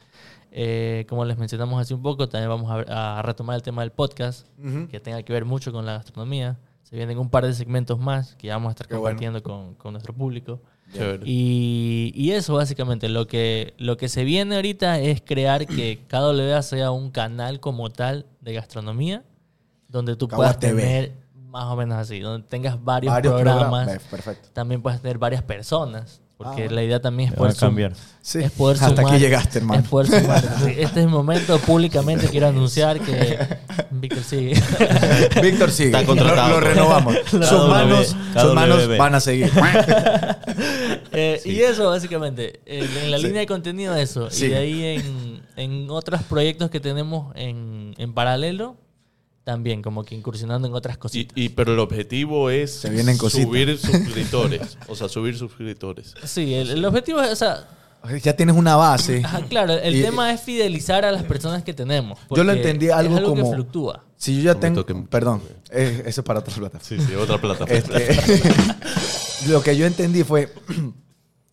Speaker 3: Eh, como les mencionamos hace un poco, también vamos a, a retomar el tema del podcast, que tenga que ver mucho con la gastronomía. Se vienen un par de segmentos más que ya vamos a estar
Speaker 1: Qué bueno.
Speaker 3: compartiendo con, con nuestro público.
Speaker 2: Chévere.
Speaker 3: Y, y eso básicamente, lo que, lo que se viene ahorita es
Speaker 1: *clears throat*
Speaker 3: crear que KWA sea un canal como tal de gastronomía, donde tú
Speaker 1: Kawa
Speaker 3: puedas
Speaker 1: TV.
Speaker 3: tener más o menos así, donde tengas varios,
Speaker 1: Varios
Speaker 3: programas,
Speaker 1: programas. Eh, perfecto. Ah,
Speaker 3: también puedas tener varias personas, porque
Speaker 1: bueno.
Speaker 3: la idea también es
Speaker 4: Voy a
Speaker 3: poder sum-
Speaker 4: cambiar.
Speaker 1: Sí.
Speaker 3: es poder
Speaker 1: Hasta
Speaker 3: sumar-
Speaker 1: aquí llegaste, hermano.
Speaker 3: es
Speaker 1: *laughs*
Speaker 3: poder sumar. Sí, Este es el momento públicamente quiero
Speaker 1: *laughs*
Speaker 3: anunciar que Víctor sigue.
Speaker 1: Víctor sigue.
Speaker 2: Está contratado.
Speaker 1: Lo, lo renovamos. sus
Speaker 4: KW,
Speaker 1: manos, sus
Speaker 4: KW.
Speaker 1: manos van a seguir.
Speaker 3: Eh, Y eso, básicamente. eh, en la
Speaker 1: Sí.
Speaker 3: línea de contenido, eso.
Speaker 1: Sí.
Speaker 3: Y de ahí en, en otros proyectos que tenemos en, en paralelo, también, como que incursionando en otras
Speaker 2: Y,
Speaker 3: cositas.
Speaker 2: y- pero el objetivo es
Speaker 1: Se vienen cositas.
Speaker 2: subir suscriptores. o sea, subir suscriptores.
Speaker 3: sí, el, el objetivo es, o sea,
Speaker 1: Ya tienes una base.
Speaker 3: ajá, claro, el
Speaker 1: Y- eh,
Speaker 3: tema es fidelizar a las personas que tenemos.
Speaker 1: Yo lo
Speaker 3: porque
Speaker 1: entendí
Speaker 3: es
Speaker 1: algo, como.
Speaker 3: que fluctúa.
Speaker 1: Si yo ya
Speaker 2: No me
Speaker 1: tengo.
Speaker 2: toquen.
Speaker 1: Perdón, eh, eso es para otra plata.
Speaker 2: Sí, sí, otra plataforma.
Speaker 1: Este, lo que yo entendí fue, *clears throat*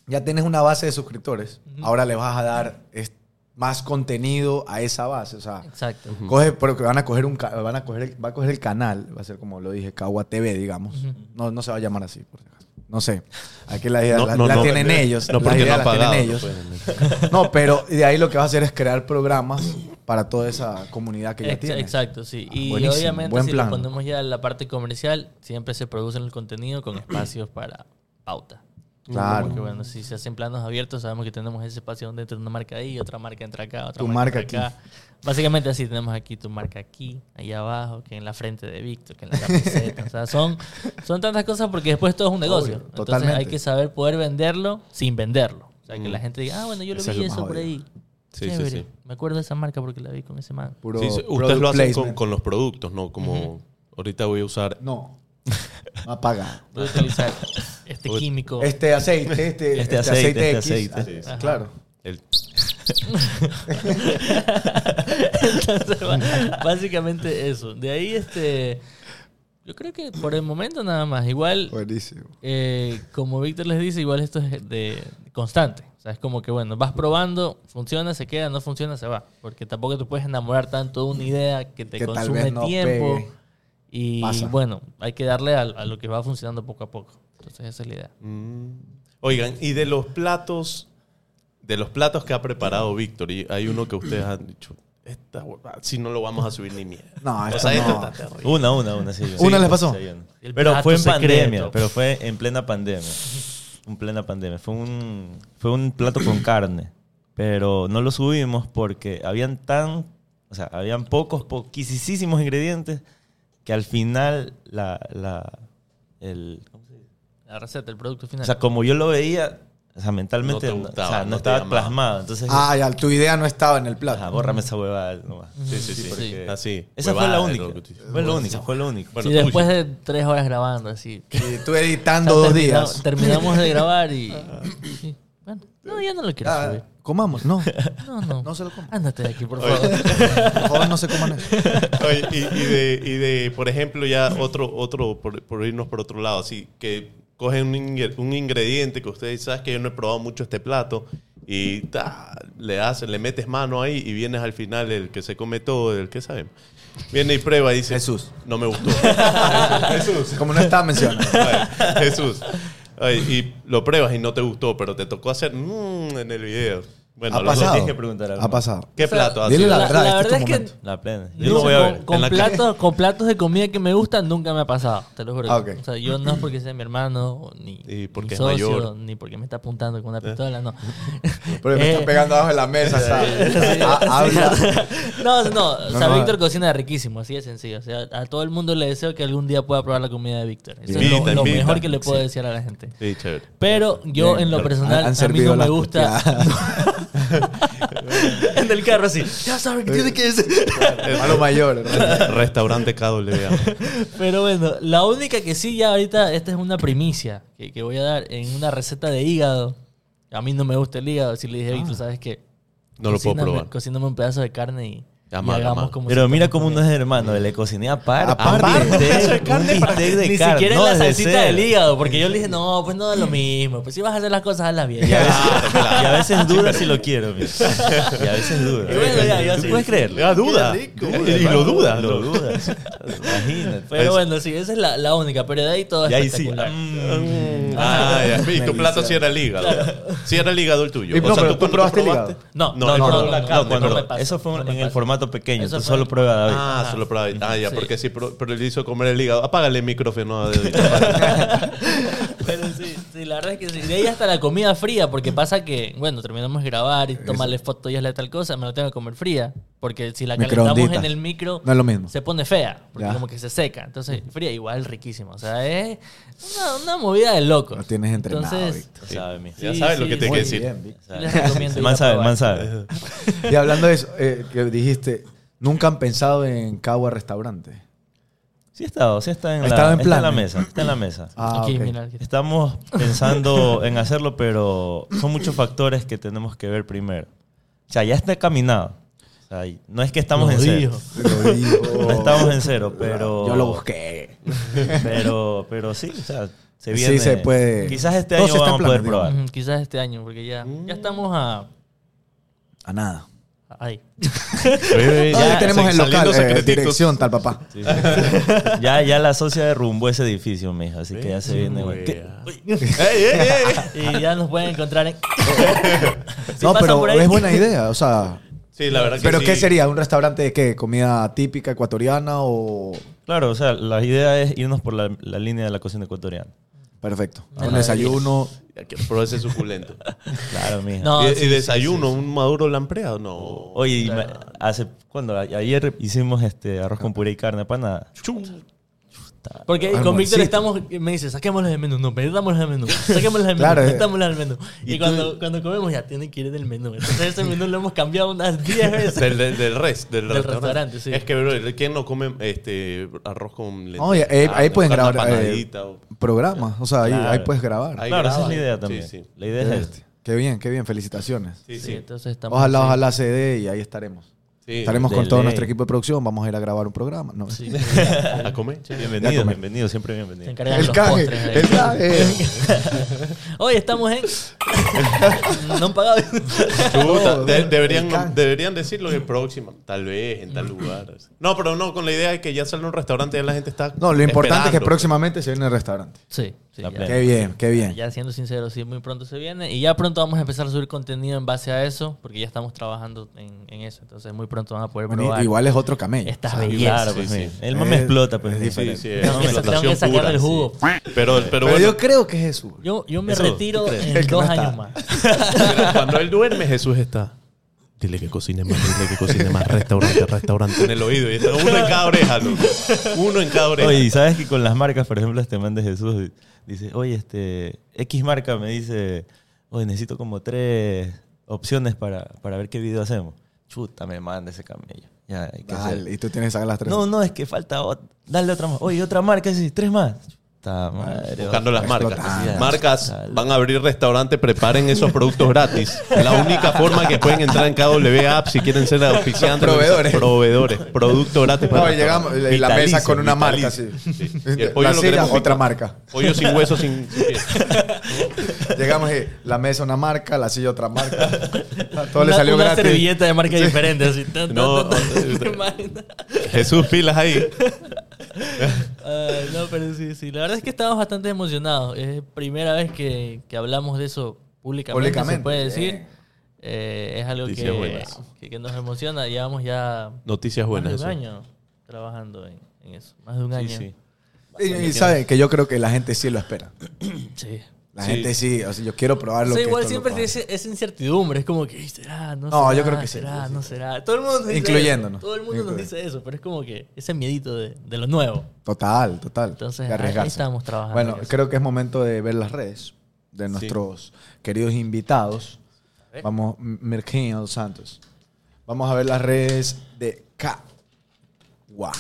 Speaker 1: ya tienes una base de suscriptores, ahora le vas a dar es- más contenido a esa base, o sea,
Speaker 3: Exacto.
Speaker 1: coge, porque van a coger un, ca- van a coger, el- va a coger el canal, va a ser como lo dije, Kawa TV, digamos, no, no se va a llamar así, por si acaso. no sé, aquí la idea
Speaker 2: *laughs* No,
Speaker 1: la,
Speaker 2: no,
Speaker 1: la
Speaker 2: no.
Speaker 1: tienen ellos,
Speaker 2: No,
Speaker 1: la
Speaker 2: porque
Speaker 1: idea
Speaker 2: no
Speaker 1: la
Speaker 2: han
Speaker 1: tienen
Speaker 2: pagado, pues,
Speaker 1: ellos.
Speaker 2: no
Speaker 1: No, pero de ahí lo que va a hacer es crear programas para toda esa comunidad que ya
Speaker 3: Ex-
Speaker 1: tiene.
Speaker 3: Exacto, sí.
Speaker 1: Ah,
Speaker 3: y
Speaker 1: buenísimo,
Speaker 3: obviamente,
Speaker 1: buen
Speaker 3: si
Speaker 1: plan.
Speaker 3: lo ponemos ya en la parte comercial, siempre se produce el contenido con espacios para pauta.
Speaker 1: *clears throat* Claro.
Speaker 3: Porque bueno, si se hacen planos abiertos, sabemos que tenemos ese espacio donde entra una marca ahí, otra marca entra acá, otra
Speaker 1: Tu
Speaker 3: marca,
Speaker 1: marca
Speaker 3: entra acá. Básicamente así tenemos aquí tu marca aquí, allá abajo, que en la frente de Víctor, que en la camiseta. o sea, son, son tantas cosas porque después todo es un negocio.
Speaker 1: Obvio,
Speaker 3: Entonces
Speaker 1: totalmente.
Speaker 3: hay que saber poder venderlo sin venderlo. O sea, que
Speaker 2: Mm.
Speaker 3: la gente diga, ah, bueno, yo lo
Speaker 1: Ese es
Speaker 3: vi
Speaker 1: lo
Speaker 3: eso
Speaker 1: más
Speaker 3: por
Speaker 1: jodido.
Speaker 3: ahí.
Speaker 2: Sí, sí,
Speaker 3: Chévere.
Speaker 2: sí.
Speaker 3: Me acuerdo de esa marca porque la vi con ese man.
Speaker 1: Puro
Speaker 2: Sí, sí, ustedes
Speaker 1: product
Speaker 2: lo hacen con,
Speaker 1: placement.
Speaker 2: con los productos, ¿no? Como ahorita voy a usar
Speaker 1: No. Va a pagar.
Speaker 3: Voy
Speaker 1: *laughs*
Speaker 3: a utilizar este químico.
Speaker 1: Este aceite, este,
Speaker 4: Este aceite, este
Speaker 1: X.
Speaker 4: aceite.
Speaker 1: Ah, Claro.
Speaker 2: el...
Speaker 3: Entonces,
Speaker 1: *laughs*
Speaker 3: ba- básicamente eso. De ahí, este. Yo creo que por el momento nada más. Igual,
Speaker 1: Buenísimo.
Speaker 3: eh, como Víctor les dice, igual esto es de constante. O sea, es como que, bueno, vas probando, funciona, se queda, no funciona, se va. Porque tampoco te puedes enamorar tanto de una idea que te
Speaker 1: Que tal
Speaker 3: consume
Speaker 1: vez no
Speaker 3: tiempo.
Speaker 1: pegue.
Speaker 3: Y
Speaker 1: Pasa.
Speaker 3: bueno, hay que darle a, a lo que va funcionando poco a poco. Entonces, esa es la idea.
Speaker 2: Mm. Oigan, y de los platos, de los platos que ha preparado Víctor, y hay uno que ustedes han dicho, esta huevada, si no lo vamos a subir ni mierda.
Speaker 1: No,
Speaker 2: O
Speaker 3: Pues
Speaker 1: esto
Speaker 2: sea, esto
Speaker 1: no.
Speaker 2: está terrible.
Speaker 4: Una, una, una, sí.
Speaker 1: ¿Una
Speaker 4: Sí,
Speaker 1: les pasó?
Speaker 4: sí, una.
Speaker 3: El
Speaker 4: Pero fue en
Speaker 3: plato secreto.
Speaker 4: pandemia, pero fue en
Speaker 2: *laughs*
Speaker 4: plena pandemia. En plena pandemia. Fue un, fue un plato con carne, pero no lo subimos porque habían tan, o sea, habían pocos, poquisísimos ingredientes que al final la, la, el,
Speaker 3: La receta, el producto final.
Speaker 4: o sea, como yo lo veía, o sea, mentalmente,
Speaker 2: No te
Speaker 4: no,
Speaker 2: gustaba,
Speaker 4: o sea, no,
Speaker 2: no te
Speaker 4: estaba
Speaker 2: llamaba.
Speaker 4: plasmado. Entonces,
Speaker 1: Ah, ya, tu idea no estaba en el plato.
Speaker 4: ajá, bórrame esa huevada nomás.
Speaker 2: Sí, sí, sí.
Speaker 3: porque-
Speaker 2: Así.
Speaker 4: Esa fue
Speaker 2: huevada,
Speaker 4: la
Speaker 2: es lo
Speaker 4: única.
Speaker 2: que tú-
Speaker 4: Fue la única, fue la única.
Speaker 2: Bueno,
Speaker 3: Sí,
Speaker 2: tuyo.
Speaker 3: después de tres horas grabando, así.
Speaker 1: Y tú editando dos
Speaker 3: termina-
Speaker 1: días.
Speaker 3: Terminamos de
Speaker 1: *laughs*
Speaker 3: grabar y. y- bueno, no, ya no lo quiero
Speaker 1: Ah,
Speaker 3: subir.
Speaker 1: comamos, no.
Speaker 3: *laughs* No, no.
Speaker 1: No se lo coman.
Speaker 3: Ándate de aquí, por favor.
Speaker 1: Por favor, no se coman *laughs* eso.
Speaker 2: *laughs* Oye, y, y de, y de, por ejemplo, ya otro, otro por, por irnos por otro lado, así que cogen un, ingre- un ingrediente que ustedes saben que yo no he probado mucho este plato y ta, le haces, le metes mano ahí y vienes al final el que se come todo, el que sabemos. Viene y prueba y dice,
Speaker 1: Jesús.
Speaker 2: no me gustó. Jesús.
Speaker 1: Como no estaba mencionando.
Speaker 2: Ay, Jesús. Ay, y lo pruebas y no te gustó, pero te tocó hacer mm, en el video. Bueno,
Speaker 1: Ha
Speaker 2: lo- lo
Speaker 1: pasado.
Speaker 2: tienes
Speaker 4: que preguntar algo.
Speaker 1: Ha pasado.
Speaker 2: ¿Qué
Speaker 3: O sea,
Speaker 2: plato ha
Speaker 1: Dile
Speaker 2: sido?
Speaker 1: la verdad, este es tu
Speaker 3: es que.
Speaker 1: momento.
Speaker 4: La plena. Yo
Speaker 3: no,
Speaker 4: no voy a
Speaker 3: con,
Speaker 4: ver.
Speaker 3: con
Speaker 2: en la calle.
Speaker 3: platos, con platos de comida que me gustan nunca me ha pasado, te lo juro.
Speaker 1: Ah, ok.
Speaker 3: O sea, yo no es porque sea mi hermano,
Speaker 1: *clears throat*
Speaker 3: ni,
Speaker 2: Y porque
Speaker 3: mi
Speaker 2: es
Speaker 3: socio,
Speaker 2: mayor.
Speaker 3: ni porque me está apuntando con una pistola, no.
Speaker 1: Eh. *laughs* Pero me
Speaker 3: *laughs* Eh,
Speaker 1: están pegando abajo de la mesa, ¿sabes? Ha- Habla.
Speaker 3: *laughs* No, no, o sea,
Speaker 1: no. eh.
Speaker 3: Víctor cocina riquísimo, así de sencillo. O sea, a todo el mundo le deseo que algún día pueda probar la comida de Víctor. Eso es lo,
Speaker 2: Invita,
Speaker 3: lo
Speaker 2: invita.
Speaker 3: mejor que le puedo decir a la gente.
Speaker 2: Sí, chévere.
Speaker 3: Pero yo en lo
Speaker 1: Han- han
Speaker 3: personal, a mí
Speaker 1: servido
Speaker 3: no me
Speaker 1: las
Speaker 3: gusta. *laughs* en el carro así. Ya saben que tiene
Speaker 2: Eh.
Speaker 3: que ser. *laughs*
Speaker 1: A lo mayor. hermano.
Speaker 2: Restaurante KWA.
Speaker 3: Pero bueno, la única que sí ya ahorita, esta es una primicia que, que voy a dar en una receta de hígado. A mí no me gusta el hígado, si le dije, Víctor, ¿sabes qué?
Speaker 2: Ah. No lo puedo
Speaker 3: Cocíname-
Speaker 2: probar.
Speaker 3: Cocíname un pedazo de carne y, y
Speaker 2: Amado,
Speaker 3: hagamos
Speaker 2: amado.
Speaker 3: como
Speaker 4: Pero
Speaker 3: si
Speaker 4: mira
Speaker 3: estamos
Speaker 4: cómo uno es hermano, le cociné aparte.
Speaker 1: Aparte.
Speaker 4: Un
Speaker 2: Eso de
Speaker 4: bistec,
Speaker 2: carne
Speaker 4: un
Speaker 2: para-
Speaker 4: bistec de
Speaker 3: Ni
Speaker 4: carne.
Speaker 3: siquiera
Speaker 4: no,
Speaker 3: en la
Speaker 4: desde
Speaker 3: salsita
Speaker 4: cero.
Speaker 3: del hígado, porque yo le dije, no, pues no es lo mismo. Pues si vas a hacer las cosas,
Speaker 2: *laughs*
Speaker 3: hazlas bien.
Speaker 4: Y a veces,
Speaker 3: *laughs*
Speaker 2: Claro.
Speaker 4: y a veces duda si lo quiero. mira. Y a veces duda.
Speaker 3: Y bueno, ya, ya
Speaker 4: ¿Tú
Speaker 3: sí.
Speaker 4: puedes creerlo?
Speaker 2: Ah, duda. Y lo dudas.
Speaker 4: Lo
Speaker 2: ¿no?
Speaker 4: dudas. Imagínate.
Speaker 3: Pero
Speaker 2: Eso.
Speaker 3: bueno, sí, esa es la, la única. Pero de ahí todo es
Speaker 4: y ahí sí.
Speaker 3: espectacular.
Speaker 4: mm,
Speaker 2: Ah, ya. Y tu
Speaker 1: Delicia.
Speaker 2: plato sí era el hígado. Sí era el hígado el tuyo.
Speaker 1: Y no, pero tú
Speaker 2: cuando
Speaker 1: probaste el
Speaker 2: probaste-
Speaker 1: hígado.
Speaker 3: No,
Speaker 2: No,
Speaker 3: no,
Speaker 2: él
Speaker 3: no,
Speaker 2: probó
Speaker 3: no,
Speaker 2: la
Speaker 3: no,
Speaker 2: carne,
Speaker 3: no
Speaker 4: cuando-
Speaker 3: me pasa,
Speaker 4: eso fue
Speaker 3: no me
Speaker 4: en el
Speaker 3: pasa.
Speaker 4: formato pequeño.
Speaker 3: Eso
Speaker 4: Tú
Speaker 3: fue-
Speaker 4: solo prueba, David.
Speaker 2: Ah,
Speaker 3: Ajá.
Speaker 2: se lo probaba. Ah, ya,
Speaker 3: Sí.
Speaker 2: porque si pro- pero le hizo comer el hígado. Apágale el micrófono. David.
Speaker 3: *laughs* Pero sí, sí, la verdad es que sí. De ahí hasta la comida fría, porque pasa que, bueno, terminamos de grabar y tomarle fotos y hazle tal cosa, me lo tengo que comer fría. Porque si la calentamos
Speaker 1: Microonditas.
Speaker 3: en el micro,
Speaker 1: No es lo mismo.
Speaker 3: se pone fea, porque
Speaker 1: Ya.
Speaker 3: como que se seca. Entonces, fría igual, riquísimo. O sea, es una, una movida de loco.
Speaker 1: Lo tienes entrenado,
Speaker 3: Entonces,
Speaker 1: Víctor.
Speaker 4: Tú sabes, mi.
Speaker 2: Ya
Speaker 3: Sí,
Speaker 2: sabes lo
Speaker 3: sí,
Speaker 2: que te
Speaker 3: sí.
Speaker 2: hay que
Speaker 1: Muy
Speaker 2: decir.
Speaker 1: bien, Vic.
Speaker 3: les recomiendo
Speaker 4: El
Speaker 3: ir a
Speaker 4: man sabe, el
Speaker 3: probar.
Speaker 4: man sabe.
Speaker 1: Y hablando de eso, eh, que dijiste, nunca han pensado en Cagua Restaurante.
Speaker 4: Sí ha estado, sí está en, la,
Speaker 1: Estaba en
Speaker 4: está en la
Speaker 1: plan.
Speaker 4: mesa. Está en la mesa.
Speaker 1: Ah,
Speaker 3: Aquí,
Speaker 1: ok.
Speaker 3: mira, aquí está.
Speaker 4: Estamos pensando en hacerlo, pero son muchos factores que tenemos que ver primero. O sea, ya está caminado. O sea, no es que estamos
Speaker 3: Lo
Speaker 4: en cero.
Speaker 3: dijo.
Speaker 1: Lo dijo.
Speaker 4: No estamos en cero, pero.
Speaker 1: Yo lo busqué.
Speaker 4: Pero, pero sí, o sea, se
Speaker 1: Sí,
Speaker 4: viene.
Speaker 1: se puede.
Speaker 4: Quizás este
Speaker 1: No,
Speaker 4: año
Speaker 1: se está
Speaker 4: vamos a poder
Speaker 1: planeando.
Speaker 4: probar.
Speaker 3: Ujú, Quizás este año, porque ya,
Speaker 1: Mm.
Speaker 3: ya estamos a.
Speaker 1: A nada.
Speaker 3: Ahí. *laughs*
Speaker 1: Ya
Speaker 2: Ya
Speaker 1: tenemos el local, eh,
Speaker 2: secretitos.
Speaker 1: dirección tal papá.
Speaker 4: Sí, sí. Ya, ya la socia derrumbó ese edificio, mija, así que ya se viene. güey.
Speaker 2: Uy,
Speaker 4: ¿Qué?
Speaker 2: ya. Ey, ey, ey.
Speaker 3: Y ya nos pueden
Speaker 1: *laughs*
Speaker 3: encontrar en. Si
Speaker 1: no,
Speaker 3: pasan
Speaker 1: pero
Speaker 3: por ahí-
Speaker 1: es buena idea, o sea.
Speaker 2: Sí, la verdad que
Speaker 1: ¿Pero
Speaker 2: sí.
Speaker 1: qué sería? ¿Un restaurante de qué? ¿Comida típica ecuatoriana o...?
Speaker 4: Claro, o sea, la idea es irnos por la, la línea de la cocina ecuatoriana.
Speaker 1: Perfecto.
Speaker 3: Una
Speaker 1: un desayuno
Speaker 2: Ya quiero probar ese suculento.
Speaker 4: Claro, mija.
Speaker 3: No,
Speaker 2: y, y
Speaker 3: Ah, sí, sí,
Speaker 2: desayuno, un maduro lampreado. No.
Speaker 4: Oye, y me- hace, cuando ayer hicimos este arroz con puré y carne pana,
Speaker 2: Chu.
Speaker 3: Porque con
Speaker 1: Almuercito.
Speaker 3: Víctor estamos, me dice, saquémoslas del menú, no, metámoslas del menú, saquémoslas del menú,
Speaker 1: Claro, eh.
Speaker 3: metámoslas del menú. Y,
Speaker 2: Y tú-
Speaker 3: cuando, cuando comemos ya tienen que ir del menú. Entonces ese menú lo hemos cambiado unas 10
Speaker 2: *laughs*
Speaker 3: veces.
Speaker 2: Del, del, del res, del,
Speaker 3: Del restaurante, sí.
Speaker 2: Es que, bro, ¿quién no come este, arroz con lentejas?
Speaker 1: Oye, ahí- ahí pueden
Speaker 2: Una
Speaker 1: grabar, eh,
Speaker 2: panadita o-
Speaker 1: Programas, o sea, ahí,
Speaker 4: Claro.
Speaker 1: ahí puedes grabar.
Speaker 2: Ahí
Speaker 4: claro, esa es
Speaker 2: graba.
Speaker 4: la idea
Speaker 2: Sí,
Speaker 4: también.
Speaker 2: sí.
Speaker 4: La idea es
Speaker 1: Este. Qué bien, qué bien, felicitaciones.
Speaker 2: Sí,
Speaker 3: Sí,
Speaker 2: sí.
Speaker 3: entonces estamos
Speaker 1: Ojalá,
Speaker 3: así.
Speaker 1: ojalá se dé y ahí estaremos.
Speaker 2: sí.
Speaker 1: Estaremos
Speaker 4: de
Speaker 1: con todo
Speaker 4: ley.
Speaker 1: nuestro equipo de producción, vamos a ir a grabar un programa. No. *laughs*
Speaker 3: Sí.
Speaker 2: ¿A comer?
Speaker 4: este.
Speaker 1: Ya
Speaker 4: Bienvenido,
Speaker 1: comí.
Speaker 4: bienvenido, siempre
Speaker 3: Se
Speaker 4: bienvenido.
Speaker 3: encargan
Speaker 1: El
Speaker 3: los
Speaker 1: canje,
Speaker 3: postres. ahí.
Speaker 1: el canje.
Speaker 3: Hoy estamos en... *laughs* no han pagado.
Speaker 2: Chuta, de-
Speaker 1: no,
Speaker 2: deberían,
Speaker 1: el can.
Speaker 2: deberían decirlo en próxima, tal vez, en tal lugar. No, pero no, con la idea de que ya sale un restaurante y la gente está.
Speaker 1: No, lo importante es que
Speaker 2: esperando.
Speaker 1: próximamente se viene el restaurante.
Speaker 3: Sí, sí,
Speaker 4: La
Speaker 3: ya.
Speaker 4: plena.
Speaker 1: Qué bien, qué bien.
Speaker 3: Ya siendo sincero, sí, muy pronto se viene. Y ya pronto vamos a empezar a subir contenido en base a eso, porque ya estamos trabajando en, en eso. Entonces muy pronto van a poder
Speaker 1: Bueno,
Speaker 3: probar.
Speaker 1: Igual es otro camello.
Speaker 3: Estas
Speaker 1: O sea,
Speaker 3: bellezas.
Speaker 4: Claro,
Speaker 2: Sí,
Speaker 4: pues
Speaker 2: sí.
Speaker 4: mija. El mame
Speaker 1: Es-
Speaker 4: explota, pues
Speaker 1: es
Speaker 4: mija.
Speaker 2: Sí, sí,
Speaker 4: El
Speaker 2: es
Speaker 3: Tengo
Speaker 4: mame
Speaker 3: que,
Speaker 2: una
Speaker 3: tengo
Speaker 4: explota.
Speaker 3: que
Speaker 2: explotación
Speaker 3: sacarle
Speaker 2: pura,
Speaker 3: el jugo.
Speaker 2: Pero, pero,
Speaker 1: Pero
Speaker 2: bueno,
Speaker 1: yo creo que es Jesús.
Speaker 3: Yo, yo me
Speaker 4: Eso,
Speaker 3: retiro
Speaker 4: ¿tú crees?
Speaker 3: en
Speaker 1: El que no
Speaker 3: dos
Speaker 1: está.
Speaker 3: años más.
Speaker 2: cuando él duerme, Jesús está. Dile que cocine más, dile que cocine más, restaurante, restaurante. En el oído, y está uno en cada oreja, loco. Uno en cada oreja.
Speaker 4: Oye, y sabes que con las marcas, por ejemplo, este man de Jesús dice, oye, este X marca me dice, oye, necesito como tres opciones para, para ver qué video hacemos. Chuta, me manda ese camello. Ya, hay que hacer.
Speaker 1: Dale, y tú tienes que sacar las tres.
Speaker 4: No, no, es que falta otra. Dale otra más. Oye, otra marca, sí, tres más. Chuta madre.
Speaker 2: Buscando las marcas.
Speaker 1: Explotando.
Speaker 2: Marcas van a abrir restaurante, preparen esos productos gratis. La única forma que pueden entrar en KWA App si quieren ser auspiciantes.
Speaker 1: Proveedores.
Speaker 2: Proveedores. Producto gratis para
Speaker 1: No, y
Speaker 2: restaurantes.
Speaker 1: llegamos y la mesa
Speaker 2: Vitalicio,
Speaker 1: con una marca
Speaker 2: vitalicio.
Speaker 1: así.
Speaker 2: Sí. Y el pollo
Speaker 1: La
Speaker 2: lo
Speaker 1: silla,
Speaker 2: queremos
Speaker 1: otra
Speaker 2: picar.
Speaker 1: marca.
Speaker 2: Pollo sin hueso, sin, sin pies.
Speaker 1: Llegamos y la mesa una marca, la silla otra marca. Todo le
Speaker 3: Una-
Speaker 1: salió
Speaker 3: una
Speaker 1: gratis.
Speaker 3: servilleta de marca diferente. Así,
Speaker 1: *laughs*
Speaker 3: tan, tan,
Speaker 2: No,
Speaker 3: tan, tan, *laughs*
Speaker 2: eh,
Speaker 3: ¿te imaginas?
Speaker 2: Jesús, pilas ahí.
Speaker 3: Ay, no, pero sí, sí. La verdad es que estamos bastante emocionados. Es primera vez que, que hablamos de eso públicamente,
Speaker 1: Públicamente,
Speaker 3: se puede decir.
Speaker 1: bien.
Speaker 3: Eh, es algo
Speaker 2: Noticias
Speaker 3: que,
Speaker 2: buenas.
Speaker 3: que, que nos emociona. Llevamos ya
Speaker 2: Noticias buenas,
Speaker 3: más de un
Speaker 2: Jesús.
Speaker 3: año trabajando en, en eso. Más de un
Speaker 2: Sí,
Speaker 3: año.
Speaker 2: sí.
Speaker 1: Y, y sabe que yo creo que la gente sí lo espera.
Speaker 3: Sí.
Speaker 1: La
Speaker 2: Sí.
Speaker 1: gente sí, o sea, yo quiero probar
Speaker 3: O
Speaker 1: lo
Speaker 3: sea,
Speaker 1: que
Speaker 3: igual
Speaker 1: esto
Speaker 3: siempre
Speaker 1: lo
Speaker 3: es
Speaker 1: pasa.
Speaker 3: ese- esa incertidumbre. Es como que, ¿será? No,
Speaker 1: No,
Speaker 3: será,
Speaker 1: yo creo que sí,
Speaker 3: será,
Speaker 1: sí, sí.
Speaker 3: no será. Todo el mundo nos dice
Speaker 1: Incluyéndonos.
Speaker 3: eso. Todo el mundo nos
Speaker 1: Incluy-
Speaker 3: dice eso, pero es como que ese miedito de, de lo nuevo.
Speaker 1: Total, total.
Speaker 3: Entonces,
Speaker 1: de
Speaker 3: ahí-
Speaker 1: arriesgarse.
Speaker 3: ahí estamos trabajando
Speaker 1: Bueno,
Speaker 3: en eso.
Speaker 1: creo que es momento de ver las redes de nuestros queridos invitados.
Speaker 3: ver.
Speaker 1: Vamos, M- Merkel Santos. Vamos a ver las redes de K. Guau.